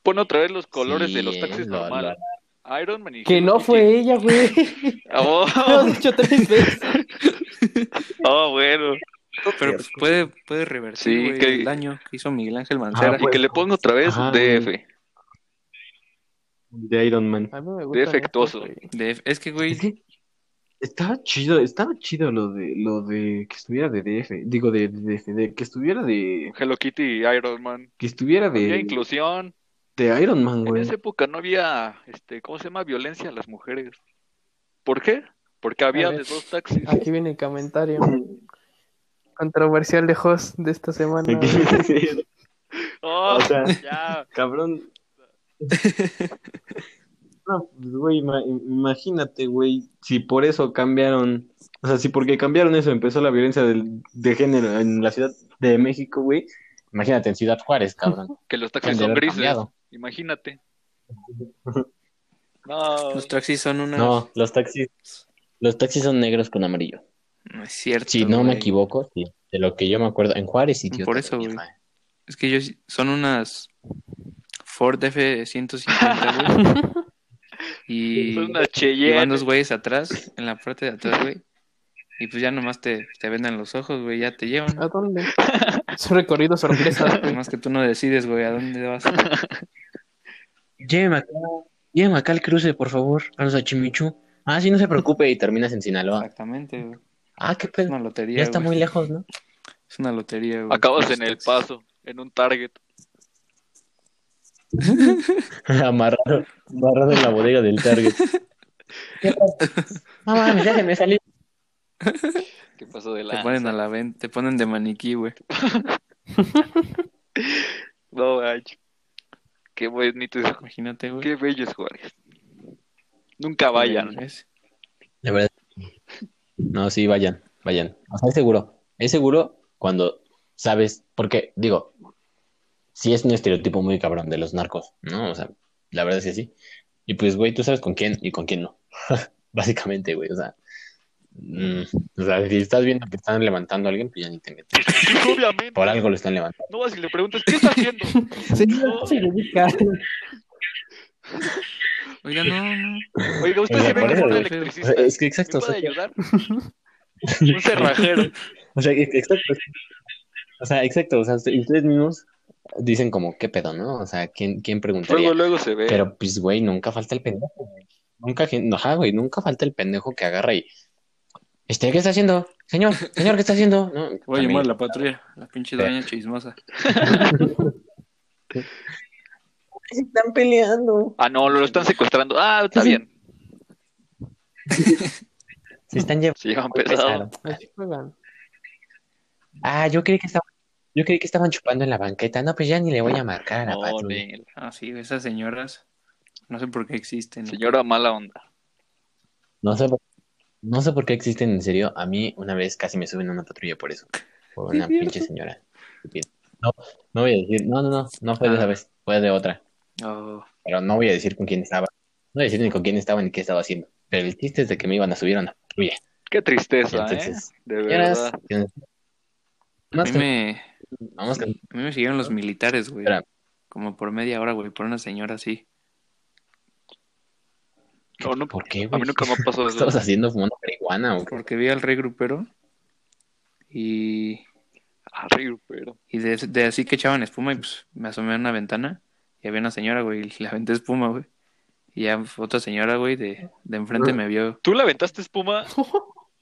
Speaker 3: pon otra vez los colores
Speaker 1: Sí,
Speaker 3: de los taxis
Speaker 1: lo- lo-
Speaker 3: normales. Iron Man y
Speaker 4: Que no
Speaker 3: Hello Kitty.
Speaker 4: fue ella, güey.
Speaker 3: Oh,
Speaker 4: Lo has dicho tres veces.
Speaker 3: oh, bueno.
Speaker 2: Pero pues puede, puede revertir
Speaker 3: Sí,
Speaker 2: güey,
Speaker 3: que-
Speaker 2: el daño que hizo Miguel Ángel Mancera.
Speaker 1: Ah,
Speaker 3: Y que le pongo otra vez
Speaker 1: Ajá,
Speaker 3: DF.
Speaker 1: De Iron Man.
Speaker 4: A mí me gusta.
Speaker 3: Defectuoso.
Speaker 1: Ah,
Speaker 4: mucho, güey.
Speaker 2: De- es que, güey,
Speaker 6: Estaba chido, estaba chido lo de lo de que estuviera de DF, digo de, de DF, de que estuviera de
Speaker 3: Hello Kitty y Iron Man.
Speaker 6: que estuviera
Speaker 3: Había
Speaker 6: de,
Speaker 3: inclusión.
Speaker 6: de Iron Man,
Speaker 3: En
Speaker 6: güey.
Speaker 3: esa época no había, este, ¿cómo se llama? Violencia a las mujeres. ¿Por qué? Porque había
Speaker 4: ver.
Speaker 3: de dos taxis.
Speaker 4: Aquí viene el comentario controversial de Host de esta semana.
Speaker 3: ¡Oh,
Speaker 6: O sea,
Speaker 3: ya!
Speaker 6: Cabrón. No, pues, güey, ima- imagínate, güey, si por eso cambiaron, o sea, si porque cambiaron eso empezó la violencia del- de género en la Ciudad de México, güey,
Speaker 1: Imagínate en Ciudad Juárez, cabrón.
Speaker 3: Que los
Speaker 1: que han
Speaker 3: taxis
Speaker 1: de
Speaker 3: son
Speaker 1: haber
Speaker 3: grises.
Speaker 1: cambiado.
Speaker 3: Imagínate. No,
Speaker 2: Los taxis son una.
Speaker 1: No, los taxis, los taxis son negros con amarillo.
Speaker 2: No es cierto.
Speaker 1: Si no me
Speaker 2: güey.
Speaker 1: equivoco, sí, de lo que yo me acuerdo, en Juárez sí, tío.
Speaker 2: Por eso, güey. Es que ellos son unas Ford F-150, güey. y
Speaker 3: son unas
Speaker 2: y van
Speaker 3: Cheyenne.
Speaker 2: dos güeyes atrás, en la parte de atrás, güey. Y pues ya nomás te, te venden los ojos, güey, ya te llevan.
Speaker 4: ¿A dónde? Es un recorrido sorpresa.
Speaker 2: Nomás que tú no decides, güey, a dónde vas.
Speaker 1: Lléveme acá, lléveme acá al cruce, por favor, a los achimichu. Ah, sí, no se preocupe, y terminas en Sinaloa.
Speaker 2: Exactamente, güey.
Speaker 1: Ah, qué
Speaker 2: Es
Speaker 1: pedo.
Speaker 2: una lotería.
Speaker 1: Ya está
Speaker 2: güey.
Speaker 1: muy lejos, ¿no?
Speaker 2: Es una lotería, güey.
Speaker 3: Acabas
Speaker 2: Los
Speaker 3: en el
Speaker 2: taxis.
Speaker 3: paso, en un Target.
Speaker 1: Amarrado, amarrado en la bodega del Target. No mames, ya se me salió.
Speaker 3: ¿Qué pasó de
Speaker 2: Te
Speaker 3: la?
Speaker 2: ponen a la venta, te ponen de maniquí, güey.
Speaker 3: No, gacho. Qué bonito es-
Speaker 2: Imagínate, güey.
Speaker 3: Qué bello es Juárez. Nunca vayan.
Speaker 2: ¿Ves?
Speaker 1: La verdad. No, sí, vayan, vayan. O sea, es seguro. Es seguro cuando sabes, porque, digo, sí es un estereotipo muy cabrón de los narcos, ¿no? O sea, la verdad es que sí. Y pues, güey, tú sabes con quién y con quién no. Básicamente, güey, o sea. mm, o sea, si estás viendo que están levantando a alguien, pues ya ni te metes.
Speaker 3: Obviamente.
Speaker 1: Por algo lo están levantando.
Speaker 3: No vas y le preguntas, ¿qué está haciendo? No.
Speaker 2: Oiga, no, no.
Speaker 3: Oiga, usted
Speaker 1: O sea,
Speaker 3: se ve
Speaker 1: por
Speaker 3: como un
Speaker 1: eso, O sea,
Speaker 3: electricista.
Speaker 1: es que
Speaker 3: ¿Me
Speaker 1: exacto. o sea,
Speaker 3: puede ayudar? Un cerrajero.
Speaker 1: O sea, ex- exacto. O sea, exacto. O sea, usted- ustedes mismos dicen como, ¿qué pedo, no? O sea, ¿quién, quién preguntaría?
Speaker 3: Luego, luego se ve.
Speaker 1: Pero, pues, güey, nunca falta el pendejo, güey. Nunca, gen- no, ajá, güey, nunca falta el pendejo que agarra y... Este, ¿qué está haciendo? Señor, señor, ¿qué está haciendo? No,
Speaker 2: Voy a
Speaker 1: también-
Speaker 2: llamar a la patrulla, la pinche doña chismosa.
Speaker 1: Están peleando.
Speaker 3: Ah, no, lo están secuestrando. Ah, está bien.
Speaker 1: Se están llevando.
Speaker 3: Se llevan pesado.
Speaker 4: Así juegan.
Speaker 1: Ah, yo creí que estaban... Yo creí que estaban chupando en la banqueta. No, pues ya ni le voy a marcar a la
Speaker 3: No,
Speaker 1: patrulla.
Speaker 3: ni-
Speaker 2: Ah, sí, esas señoras. No sé por qué existen. ¿no?
Speaker 3: Señora mala onda.
Speaker 1: No sé, por- no sé por qué existen, en serio. A mí una vez casi me suben a una patrulla por eso. Por una pinche señora. estúpida. No, no voy a decir, no, no, no, no fue de esa
Speaker 2: Ah.
Speaker 1: vez, fue de otra.
Speaker 2: Oh,
Speaker 1: Pero no voy a decir con quién estaba. No voy a decir ni con quién estaba ni qué estaba haciendo. Pero el chiste es de que me iban a subir a una patrulla.
Speaker 3: Qué tristeza,
Speaker 1: Entonces,
Speaker 3: ¿eh? De
Speaker 1: señoras,
Speaker 3: verdad.
Speaker 2: a,
Speaker 1: vamos
Speaker 2: mí
Speaker 1: con-
Speaker 2: me,
Speaker 1: vamos con-
Speaker 2: a mí me siguieron los militares, güey.
Speaker 1: Espera.
Speaker 2: Como por media hora, güey, por una señora así.
Speaker 3: No, no,
Speaker 1: ¿Por qué,
Speaker 3: a
Speaker 1: güey?
Speaker 3: mí nunca me ha pasado
Speaker 1: ¿Qué
Speaker 3: eso.
Speaker 1: estabas haciendo fumando marihuana o qué?
Speaker 2: Porque vi al rey grupero y,
Speaker 3: Arriba, Ah, pero.
Speaker 2: y de, de así que echaban espuma y pues me asomé a una ventana y había una señora, güey, y le aventé espuma, güey. Y ya otra señora, güey, de, de enfrente me vio.
Speaker 3: ¿Tú le aventaste espuma?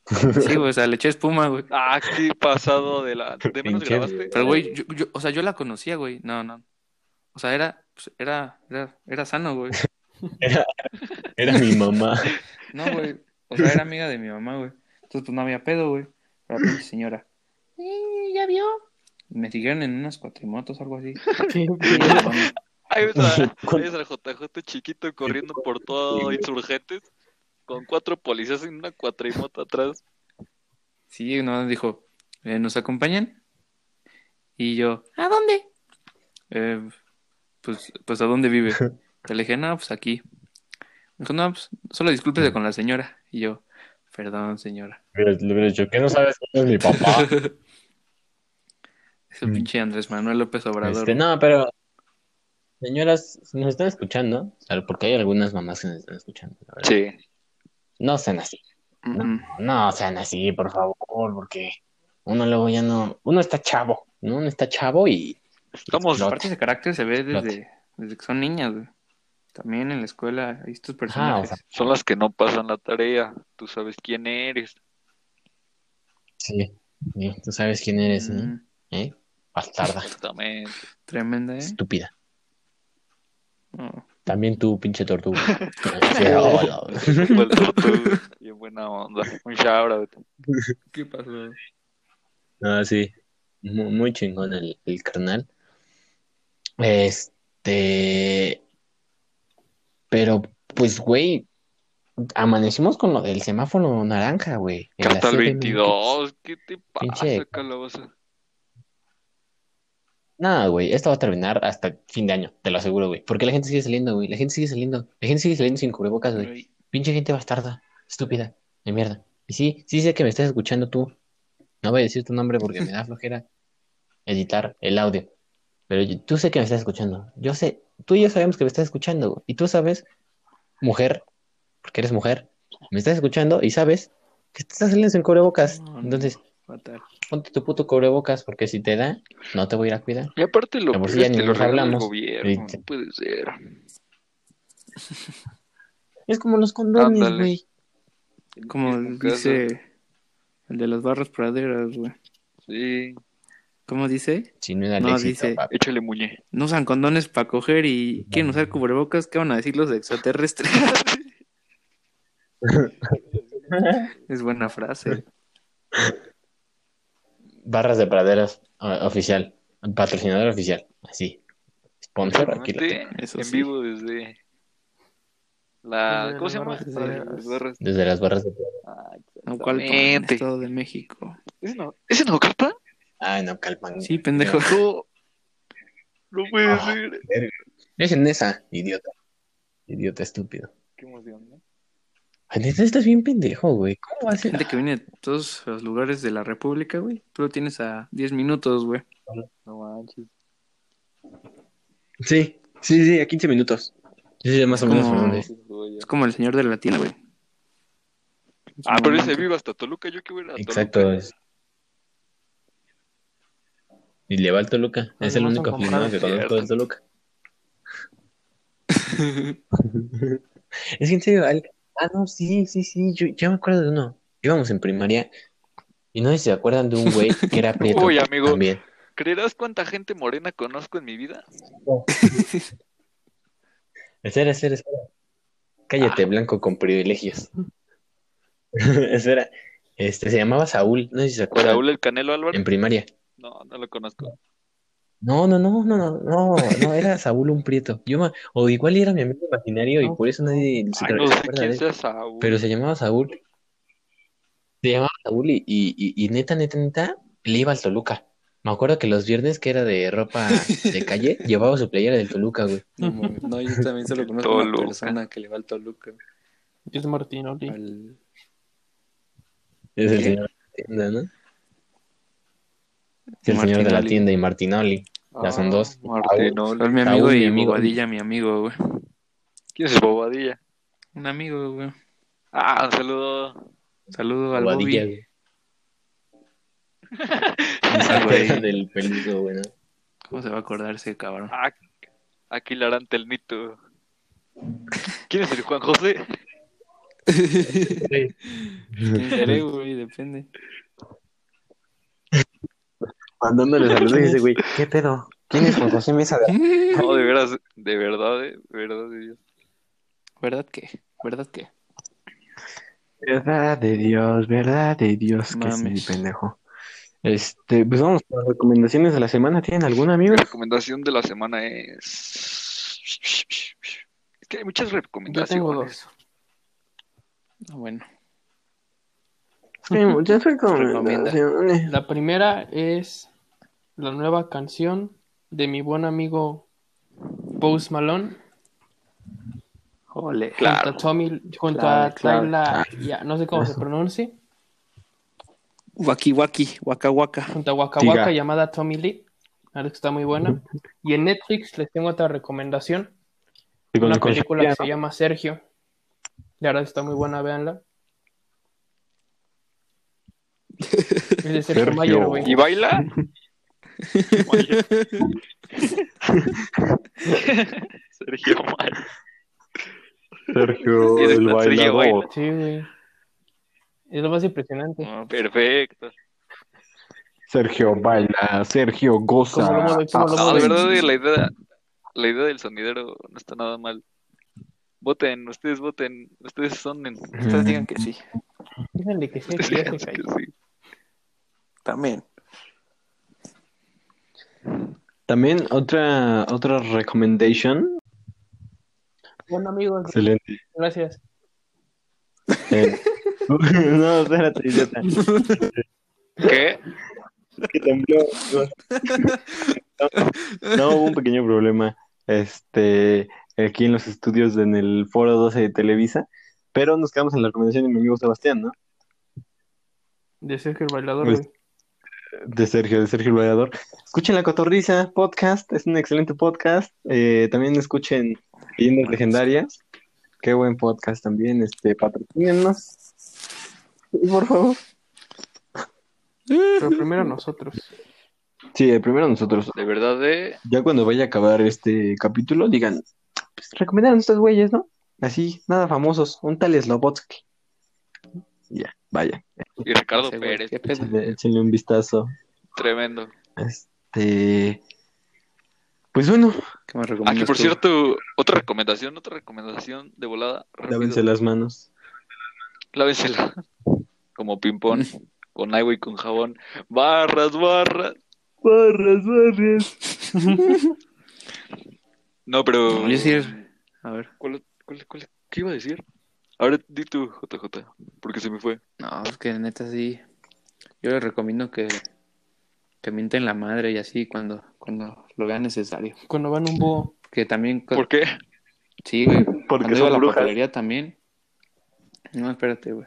Speaker 2: Sí, güey, o sea, le eché espuma, güey.
Speaker 3: Ah, qué pasado de la. ¿De menos
Speaker 1: Pinche-
Speaker 3: grabaste?
Speaker 2: Pero, güey, yo, yo- o sea, yo la conocía, güey. No, no. O sea, era, pues, era, era, era sano, güey.
Speaker 1: Era mi mamá.
Speaker 2: No, güey. O sea, era amiga de mi mamá, güey. Entonces, pues no había pedo, güey. Era pinche señora. Eh, ¿Ya vio? Me siguieron en unas cuatrimotos, algo así.
Speaker 4: Qué
Speaker 2: Y,
Speaker 4: bien.
Speaker 2: bueno,
Speaker 3: Ahí ves a- ahí ves al JJ chiquito corriendo por todo insurgentes con cuatro policías en una cuatrimoto atrás.
Speaker 2: sí, no, dijo, eh, ¿nos acompañan? Y yo, ¿a dónde? Eh, pues, pues, ¿a dónde vive? Yo Le dije, no, pues aquí. Me dijo, no, pues, solo discúlpese con la señora. Y yo, perdón, señora.
Speaker 1: Le hubiera dicho, ¿qué no sabes quién es mi papá?
Speaker 2: Ese pinche Andrés Manuel López Obrador.
Speaker 1: Mm. Este, no, pero señoras, si nos están escuchando, O sea, porque hay algunas mamás que nos están escuchando, la verdad.
Speaker 3: Sí.
Speaker 1: No sean así,
Speaker 2: Mm,
Speaker 1: no sean así, por favor, porque uno luego ya no, uno está chavo, ¿no? Uno está chavo y
Speaker 3: Estamos.
Speaker 1: No.
Speaker 2: Aparte ese carácter se ve desde, desde que son niñas, güey. También en la escuela hay estos
Speaker 1: Ajá, o
Speaker 2: personajes.
Speaker 1: sea,
Speaker 3: Son las que no pasan la tarea. Tú sabes quién eres.
Speaker 1: sí. sí, Tú sabes quién eres, ¿no?
Speaker 2: Mm,
Speaker 1: ¿Eh? Bastarda,
Speaker 3: Exactamente.
Speaker 2: Tremenda, ¿eh?
Speaker 1: estúpida.
Speaker 2: No.
Speaker 1: También tú, pinche tortuga. Sí, hola.
Speaker 3: Fue el tortuga. Bien buena onda. Un shout out.
Speaker 2: ¿Qué pasó?
Speaker 1: No, Ah, sí. Mu- Muy, chingón el, el carnal. Este. Pero, pues, güey. Amanecimos con lo del semáforo naranja, güey. en las
Speaker 3: Carta al
Speaker 1: siete minutos.
Speaker 3: 22. ¿Qué te pasa,
Speaker 1: Pinche-
Speaker 3: calabaza?
Speaker 1: Nada, güey. Esto va a terminar hasta fin de año, te lo aseguro, güey. Porque la gente sigue saliendo, güey. La gente sigue saliendo. La gente sigue saliendo sin cubrebocas, güey.
Speaker 2: Ay,
Speaker 1: Pinche gente bastarda, estúpida, de mierda. Y sí, sí sé que me estás escuchando tú. No voy a decir tu nombre porque me da flojera editar el audio. Pero yo- tú sé que me estás escuchando. Yo sé, tú y yo sabemos que me estás escuchando. güey. Y tú sabes, mujer, porque eres mujer, me estás escuchando y sabes que te estás saliendo sin cubrebocas.
Speaker 2: No, no.
Speaker 1: Entonces,
Speaker 2: fatal.
Speaker 1: ponte tu puto cubrebocas porque si te da, no te voy a ir a cuidar.
Speaker 3: Y aparte lo
Speaker 1: De por sí
Speaker 3: peor es
Speaker 1: ya
Speaker 3: que
Speaker 1: ni
Speaker 3: lo
Speaker 1: nos
Speaker 3: regala el
Speaker 1: hablamos.
Speaker 3: gobierno.
Speaker 1: Sí.
Speaker 3: No puede ser.
Speaker 1: Es como los condones,
Speaker 3: Ándale.
Speaker 1: güey.
Speaker 2: Como
Speaker 3: En tu casa.
Speaker 2: dice el de las barras praderas, güey.
Speaker 3: Sí.
Speaker 2: ¿Cómo dice?
Speaker 1: Si no era
Speaker 2: No,
Speaker 1: Alexis,
Speaker 2: dice-
Speaker 1: papá.
Speaker 3: Échale muñe.
Speaker 2: No usan condones para coger y quieren usar cubrebocas. ¿Qué van a decir los extraterrestres? es buena frase.
Speaker 1: Barras de praderas o- oficial, patrocinador oficial, así. Sponsor, aquí lo tengo.
Speaker 2: Eso
Speaker 3: en
Speaker 2: sí.
Speaker 3: vivo desde la
Speaker 4: Desde
Speaker 3: ¿cómo se llama?
Speaker 4: las
Speaker 3: Desde
Speaker 4: barras.
Speaker 3: las barras.
Speaker 1: Desde las barras de praderas.
Speaker 3: Ah,
Speaker 2: No, ¿cuál? En
Speaker 3: Exactamente.
Speaker 2: Estado de México.
Speaker 3: ¿Es en, ¿es en Naucalpan?
Speaker 1: Ah, no, calman.
Speaker 2: Sí, pendejo.
Speaker 3: No. No puede
Speaker 1: Ah.
Speaker 3: ser.
Speaker 1: Es en esa, idiota. Idiota estúpido.
Speaker 3: Qué emoción, ¿no?
Speaker 1: Ay, neta, estás bien pendejo, güey. ¿Cómo va a ser?
Speaker 2: Gente que viene de todos los lugares de la República, güey. Tú lo tienes a 10 minutos, güey.
Speaker 3: No manches.
Speaker 6: Sí, sí, sí, a 15 minutos.
Speaker 1: Yo sé más o menos por
Speaker 2: Como-
Speaker 1: dónde.
Speaker 3: Qué joya.
Speaker 2: Es como el señor de la tienda, güey.
Speaker 3: Ah, pero ese vive hasta Toluca, yo que voy a ir a Toluca.
Speaker 1: Exacto. es. Y le va al Toluca.
Speaker 4: No,
Speaker 1: Es el
Speaker 4: nomás
Speaker 1: único
Speaker 4: son
Speaker 1: aficionado que
Speaker 3: comprados,
Speaker 1: conozco del Toluca. es que en serio, al- ah, no, sí, sí, sí. Yo, yo me acuerdo de uno. Íbamos en primaria. Y no sé si se acuerdan de un güey que era prieto
Speaker 3: Uy, amigo.
Speaker 1: también.
Speaker 3: ¿Creerás cuánta gente morena conozco en mi vida?
Speaker 1: Espera, espera, espera. Cállate,
Speaker 3: Ah.
Speaker 1: blanco con privilegios. espera. Este se llamaba Saúl, no sé si se acuerdan.
Speaker 3: Raúl el Canelo Álvarez.
Speaker 1: En primaria.
Speaker 3: No, no lo conozco.
Speaker 1: No, no, no, no, no, no, no, era Saúl un prieto. Yo ma- o igual era mi amigo imaginario y
Speaker 4: No,
Speaker 1: por eso nadie se
Speaker 3: Ay,
Speaker 1: tra-
Speaker 3: no
Speaker 1: se
Speaker 3: sé
Speaker 1: acuerda de
Speaker 3: quién
Speaker 1: él.
Speaker 3: sea Saúl.
Speaker 1: ¿eh? Pero se llamaba Saúl. Se llamaba Saúl y, y, y- y neta, neta, neta, le iba al Toluca. Me acuerdo que los viernes que era de ropa de calle, llevaba su playera del Toluca, güey.
Speaker 2: No, mames. No, yo también solo conozco a una
Speaker 3: Toluca.
Speaker 2: persona que le va al Toluca.
Speaker 4: Yo es Martinoli.
Speaker 2: Al...
Speaker 1: Es el
Speaker 2: ¿Qué?
Speaker 1: señor de la tienda, ¿no? Es el señor de la
Speaker 2: Martinoli.
Speaker 1: tienda y Martinoli. Ya son dos.
Speaker 2: Oh,
Speaker 3: Ah, Martinoli.
Speaker 2: Saúl, mi amigo
Speaker 1: Saúl,
Speaker 2: y
Speaker 1: mi amigo.
Speaker 2: Bobadilla, mi amigo, güey.
Speaker 3: ¿Quién es Bobadilla?
Speaker 2: Un amigo, güey.
Speaker 3: Ah, un saludo.
Speaker 2: Saludo al
Speaker 1: Bobadilla,
Speaker 2: Bobby.
Speaker 1: güey.
Speaker 2: Ah, güey.
Speaker 1: del peludo, güey, ¿no?
Speaker 2: ¿Cómo se va a acordar ese cabrón?
Speaker 3: Ah, aquí le harán telnito. ¿Quién es el Juan José?
Speaker 2: ¿Quién seré, güey? Depende.
Speaker 6: Mandándole saludos a ese güey.
Speaker 1: ¿Qué pedo? ¿Quién es Juan José Mesa? de-
Speaker 3: No, de veras, de verdad, eh, de verdad de Dios.
Speaker 2: ¿Verdad que? ¿Verdad que?
Speaker 6: Verdad de Dios, verdad de Dios, que
Speaker 2: Mames.
Speaker 6: sí, pendejo. Este, pues vamos con las recomendaciones de la semana. ¿Tienen alguna,
Speaker 3: Mi
Speaker 6: amigos?
Speaker 3: recomendación de la semana es. Es que hay muchas
Speaker 4: Yo
Speaker 3: recomendaciones.
Speaker 4: tengo dos.
Speaker 2: Ah, bueno.
Speaker 6: Sí, muchas
Speaker 2: Recomienda.
Speaker 6: recomendaciones.
Speaker 4: La primera es la nueva canción de mi buen amigo Post Malone
Speaker 2: Ole.
Speaker 3: Claro.
Speaker 4: junto a Tommy, junto a
Speaker 2: Claro,
Speaker 4: Tyla, ya, no sé cómo se pronuncia,
Speaker 2: Waki waki, waka waka.
Speaker 4: junto a Waka
Speaker 6: Diga.
Speaker 4: Waka llamada Tommy Lee. La verdad que está muy buena. Y en Netflix les tengo otra recomendación. una película que se llama Sergio. La verdad está muy buena, véanla. Es de Sergio,
Speaker 6: Sergio.
Speaker 4: Mayer, güey.
Speaker 3: ¿Y baila? Sergio Mayer.
Speaker 6: Pero
Speaker 7: Tiene
Speaker 6: el
Speaker 7: estrella, güey,
Speaker 6: bailador.
Speaker 4: Sí, güey. Es lo más impresionante.
Speaker 7: Ah, perfecto.
Speaker 6: Sergio baila, Sergio goza. Ah,
Speaker 4: Como lo mueve, como lo
Speaker 7: No,
Speaker 4: mueve.
Speaker 7: de verdad, eh, la idea, la idea del sonidero no está nada mal. Voten, ustedes voten, ustedes sonen.
Speaker 2: Ustedes digan que sí.
Speaker 4: Díganle que sí,
Speaker 7: Ustedes
Speaker 4: que ya
Speaker 7: digan
Speaker 4: se
Speaker 7: que
Speaker 4: cayó.
Speaker 7: sí.
Speaker 2: También.
Speaker 6: También otra, otra recommendation.
Speaker 4: Bueno, amigos,
Speaker 6: Excelente.
Speaker 4: gracias.
Speaker 6: Eh, no, espérate, idiota.
Speaker 7: ¿Qué?
Speaker 6: que tembló. No, no, hubo un pequeño problema este, aquí en los estudios en el Foro 12 de Televisa, pero nos quedamos en la recomendación de mi amigo Sebastián, ¿no?
Speaker 4: De Sergio el bailador,
Speaker 6: Pues-
Speaker 4: güey.
Speaker 6: De Sergio, de Sergio el Bailador. Escuchen La Cotorriza podcast, es un excelente podcast. Eh, también escuchen Leyendas Legendarias. Qué buen podcast también, este, patrocínenos. Sí, Por favor.
Speaker 4: Pero primero nosotros.
Speaker 6: Sí, eh, primero nosotros.
Speaker 7: De verdad, eh.
Speaker 6: Ya cuando vaya a acabar este capítulo, digan, pues recomendaron estos güeyes, ¿no? Así, nada famosos, un tal Slobotsky. Ya, vaya,
Speaker 7: Y Ricardo
Speaker 2: Ese güey,
Speaker 7: Pérez,
Speaker 2: qué pedo.
Speaker 6: échenle, échenle un vistazo.
Speaker 7: tremendo.
Speaker 6: Este, pues bueno,
Speaker 2: ¿Qué me
Speaker 7: Aquí,
Speaker 2: recomiendas
Speaker 7: Ah, por
Speaker 2: tú?
Speaker 7: cierto, otra recomendación, otra recomendación de volada. rápido.
Speaker 6: lávense las manos.
Speaker 7: Lávensela. Como ping-pong, con agua y con jabón. Barras, barras.
Speaker 6: Barras, barras.
Speaker 7: No, pero.
Speaker 2: No, yo sí. A ver.
Speaker 7: ¿Cuál- cuál- cuál- ¿Qué iba a decir? Ahora di tú, JJ, porque se me fue.
Speaker 2: No, es que neta sí. Yo les recomiendo que, que mienten la madre y así cuando, cuando lo vean necesario.
Speaker 4: Cuando van un búho.
Speaker 2: Que también. co-
Speaker 7: ¿Por qué?
Speaker 2: Sí, güey.
Speaker 6: Porque
Speaker 2: cuando iba a
Speaker 6: son
Speaker 2: la
Speaker 6: brujas.
Speaker 2: papelería también. No, espérate, güey.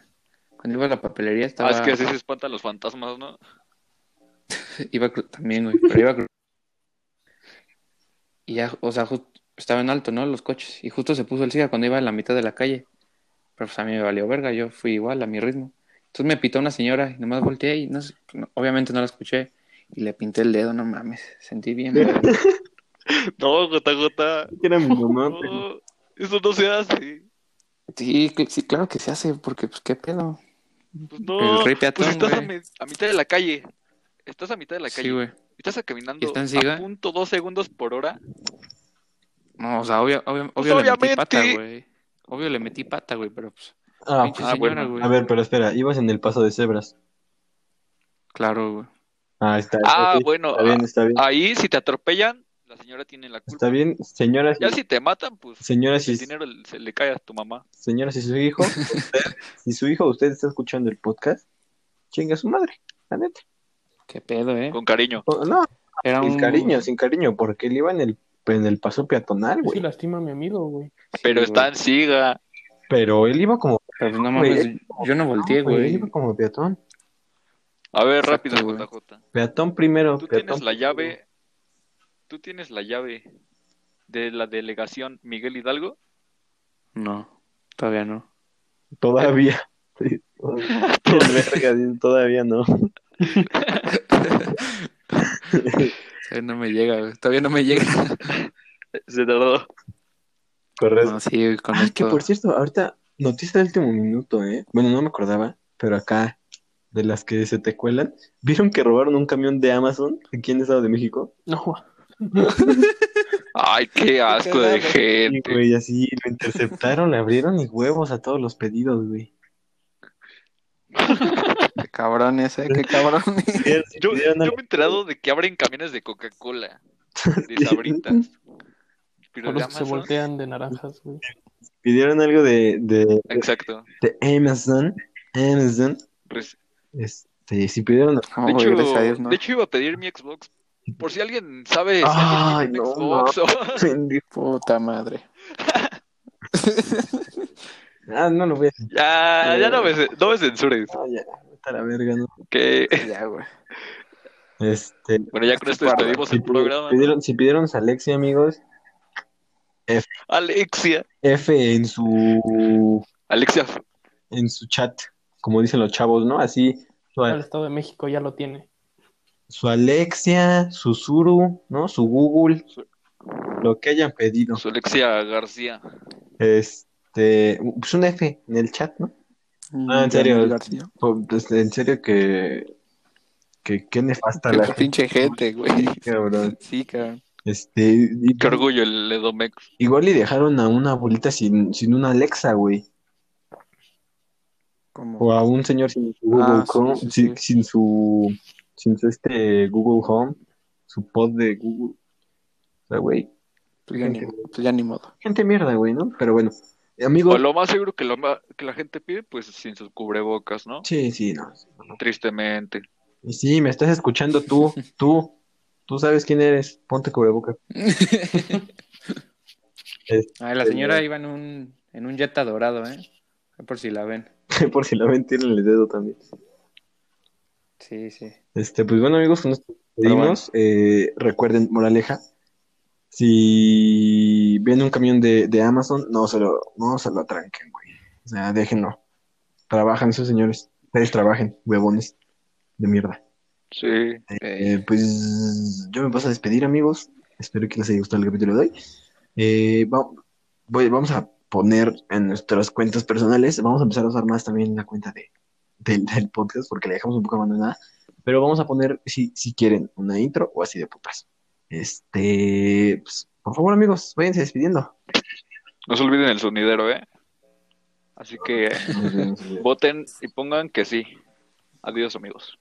Speaker 2: Cuando iba a la papelería estaba.
Speaker 7: Ah, es que así se espantan los fantasmas, ¿no?
Speaker 2: Iba cru- también, güey. Pero iba cru- Y ya, o sea, justo estaba en alto, ¿no? Los coches. Y justo se puso el SIGA cuando iba a la mitad de la calle. Pero pues a mí me valió verga, yo fui igual a mi ritmo. Entonces me pitó una señora y nomás volteé y no sé, pues, no- obviamente no la escuché. Y le pinté el dedo, no mames, sentí bien. güey.
Speaker 7: No, JJ.
Speaker 6: Que Era mi mamá, pero-
Speaker 7: no, eso no se hace.
Speaker 2: Sí, cl- sí, claro que se hace, porque pues qué pedo.
Speaker 7: Pues no.
Speaker 2: El rey peatón,
Speaker 7: pues estás a,
Speaker 2: güey.
Speaker 7: mi- a mitad de la calle. Estás a mitad de la calle.
Speaker 2: Sí, güey.
Speaker 7: Estás
Speaker 2: ¿Y
Speaker 7: caminando
Speaker 2: está en siga?
Speaker 7: a punto dos segundos por hora.
Speaker 2: No, o sea, obvio, obvio,
Speaker 7: Pues,
Speaker 2: obvio le metí
Speaker 7: obviamente.
Speaker 2: pata, güey. Obvio le metí pata, güey, pero pues.
Speaker 6: Ah,
Speaker 2: pinche
Speaker 7: ah,
Speaker 2: señora,
Speaker 7: bueno.
Speaker 2: güey.
Speaker 6: a ver, pero espera, ibas en el paso de cebras.
Speaker 2: Claro, güey.
Speaker 6: Ah, está,
Speaker 7: Ah,
Speaker 6: ok,
Speaker 7: bueno.
Speaker 6: está bien, está bien.
Speaker 7: Ahí, si te atropellan, la señora tiene la culpa.
Speaker 6: Está bien, señoras,
Speaker 7: Ya si te matan, pues
Speaker 6: señoras
Speaker 7: el
Speaker 6: y
Speaker 7: dinero se le cae a tu mamá.
Speaker 6: Señora, si su hijo, usted- si su hijo usted está escuchando el podcast, chinga a su madre, la neta.
Speaker 2: Qué pedo, ¿eh?
Speaker 7: Con cariño.
Speaker 6: O- No,
Speaker 2: Era
Speaker 6: sin
Speaker 2: un
Speaker 6: cariño, sin cariño, porque él iba en el, en el paso peatonal,
Speaker 4: Sí,
Speaker 6: güey.
Speaker 4: lastima a mi amigo, güey.
Speaker 7: Pero
Speaker 2: güey.
Speaker 7: está en siga.
Speaker 6: Pero él iba como,
Speaker 2: Pero pues, no mames, yo no volteé,
Speaker 6: él
Speaker 2: güey.
Speaker 6: iba como peatón.
Speaker 7: A ver,
Speaker 2: Exacto,
Speaker 7: rápido,
Speaker 2: güey.
Speaker 7: JJ.
Speaker 6: Peatón primero,
Speaker 7: Tú
Speaker 6: peatón
Speaker 7: tienes la
Speaker 6: primero.
Speaker 7: llave. Tú tienes la llave de la delegación Miguel Hidalgo.
Speaker 2: No, todavía no.
Speaker 6: Todavía. Sí, todavía verga, todavía no.
Speaker 2: Todavía no me llega, güey. Todavía no me llega.
Speaker 7: Se tardó.
Speaker 6: Correcto.
Speaker 2: No, sí, con
Speaker 6: Ah, que
Speaker 2: esto.
Speaker 6: por cierto, ahorita noticia del último minuto, ¿eh? Bueno, no me acordaba, pero acá, de las que se te cuelan, ¿vieron que robaron un camión de Amazon aquí en el Estado de México?
Speaker 4: No,
Speaker 7: Ay, qué asco de
Speaker 6: Y,
Speaker 7: gente.
Speaker 6: güey, así lo interceptaron, le abrieron y huevos a todos los pedidos, güey.
Speaker 2: Qué cabrones, eh, qué cabrones.
Speaker 7: Yo, yo me he enterado de que abren camiones de Coca-Cola, de sabritas. Pero
Speaker 4: por
Speaker 7: de
Speaker 4: los que se
Speaker 7: Amazon.
Speaker 4: voltean de naranjas, güey.
Speaker 6: Pidieron algo de, de,
Speaker 7: Exacto.
Speaker 6: de Amazon, Amazon,
Speaker 7: Res-
Speaker 6: este, si pidieron...
Speaker 2: No,
Speaker 7: de,
Speaker 2: güey,
Speaker 7: hecho,
Speaker 2: gracias a Dios, no.
Speaker 7: de hecho, iba a pedir mi Xbox. Por si alguien sabe.
Speaker 6: Ay,
Speaker 7: si alguien tiene
Speaker 6: no,
Speaker 7: un Xbox o-
Speaker 2: Puta madre.
Speaker 6: Ah, no lo voy a decir,
Speaker 7: Ya,
Speaker 2: Eh.
Speaker 7: ya no me, ce- no me censures.
Speaker 6: no, ya, vete a la verga, ¿no?
Speaker 7: Que...
Speaker 2: Ya, güey.
Speaker 6: Este,
Speaker 7: Bueno, ya con esto despedimos
Speaker 6: si,
Speaker 7: el programa. ¿no?
Speaker 6: pidieron, si pidieron Alexia, amigos,
Speaker 7: Alexia.
Speaker 6: F en su
Speaker 7: Alexia.
Speaker 6: en su chat, como dicen los chavos, ¿no? Así, su,
Speaker 4: El Estado de México ya lo tiene.
Speaker 6: su Alexia, su Suru, ¿no? Su Google, lo que hayan pedido.
Speaker 7: Su Alexia García.
Speaker 6: Este, Este, pues un F en el chat, ¿no? Ah, en serio. O, pues, en serio que, que qué nefasta la
Speaker 8: Qué pinche gente, güey.
Speaker 6: cabrón.
Speaker 8: Sí, cabrón.
Speaker 6: Este, y-
Speaker 7: Qué orgullo el Edomex.
Speaker 6: igual y dejaron a una abuelita sin, sin una Alexa, güey.
Speaker 8: Como-
Speaker 6: O a un señor sin su Google
Speaker 8: Ah, sí,
Speaker 6: Chrome,
Speaker 8: sí,
Speaker 6: sin,
Speaker 8: sí.
Speaker 6: sin su sin su este Google Home, su pod de Google. O sea, güey,
Speaker 8: Pues ya, ni, pues ya ni modo.
Speaker 6: gente mierda, güey, ¿no? Pero bueno, eh, amigo.
Speaker 7: O lo más seguro que, lo ma- que la gente pide, pues sin sus cubrebocas, ¿no?
Speaker 6: Sí, sí, no.
Speaker 7: Tristemente.
Speaker 6: Y sí, me estás escuchando tú, tú. Tú sabes quién eres. Ponte cubrebocas.
Speaker 2: Ay, Ah, la señora iba en un, en un Jetta dorado, ¿eh? Ahí Por si la ven.
Speaker 6: Por si la ven, tírenle el dedo también.
Speaker 2: Sí, sí.
Speaker 6: Este, pues bueno, amigos, con esto pedimos. recuerden, moraleja. Si ven un camión de, de Amazon, no se lo, no se lo atranquen, güey. O sea, déjenlo. Trabajan esos señores. Ustedes trabajen, huevones de mierda.
Speaker 7: Sí.
Speaker 6: Eh, pues yo me paso a despedir, amigos. Espero que les haya gustado el capítulo de hoy. Eh, va- voy- vamos a poner en nuestras cuentas personales. Vamos a empezar a usar más también la cuenta de, del, del podcast porque la dejamos un poco abandonada. Pero vamos a poner, si, si quieren, una intro o así de putas. Este, pues, por favor, amigos, váyanse despidiendo.
Speaker 7: No se olviden el sonidero, ¿eh? Así que eh, voten y pongan que sí. Adiós, amigos.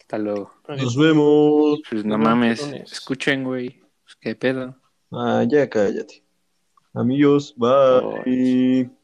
Speaker 2: Hasta luego.
Speaker 6: Nos vemos.
Speaker 2: Pues no
Speaker 4: Nos vemos,
Speaker 2: mames.
Speaker 4: cabrones.
Speaker 2: Escuchen, güey. Pues, qué pedo.
Speaker 6: Ah, ya cállate. Amigos, bye.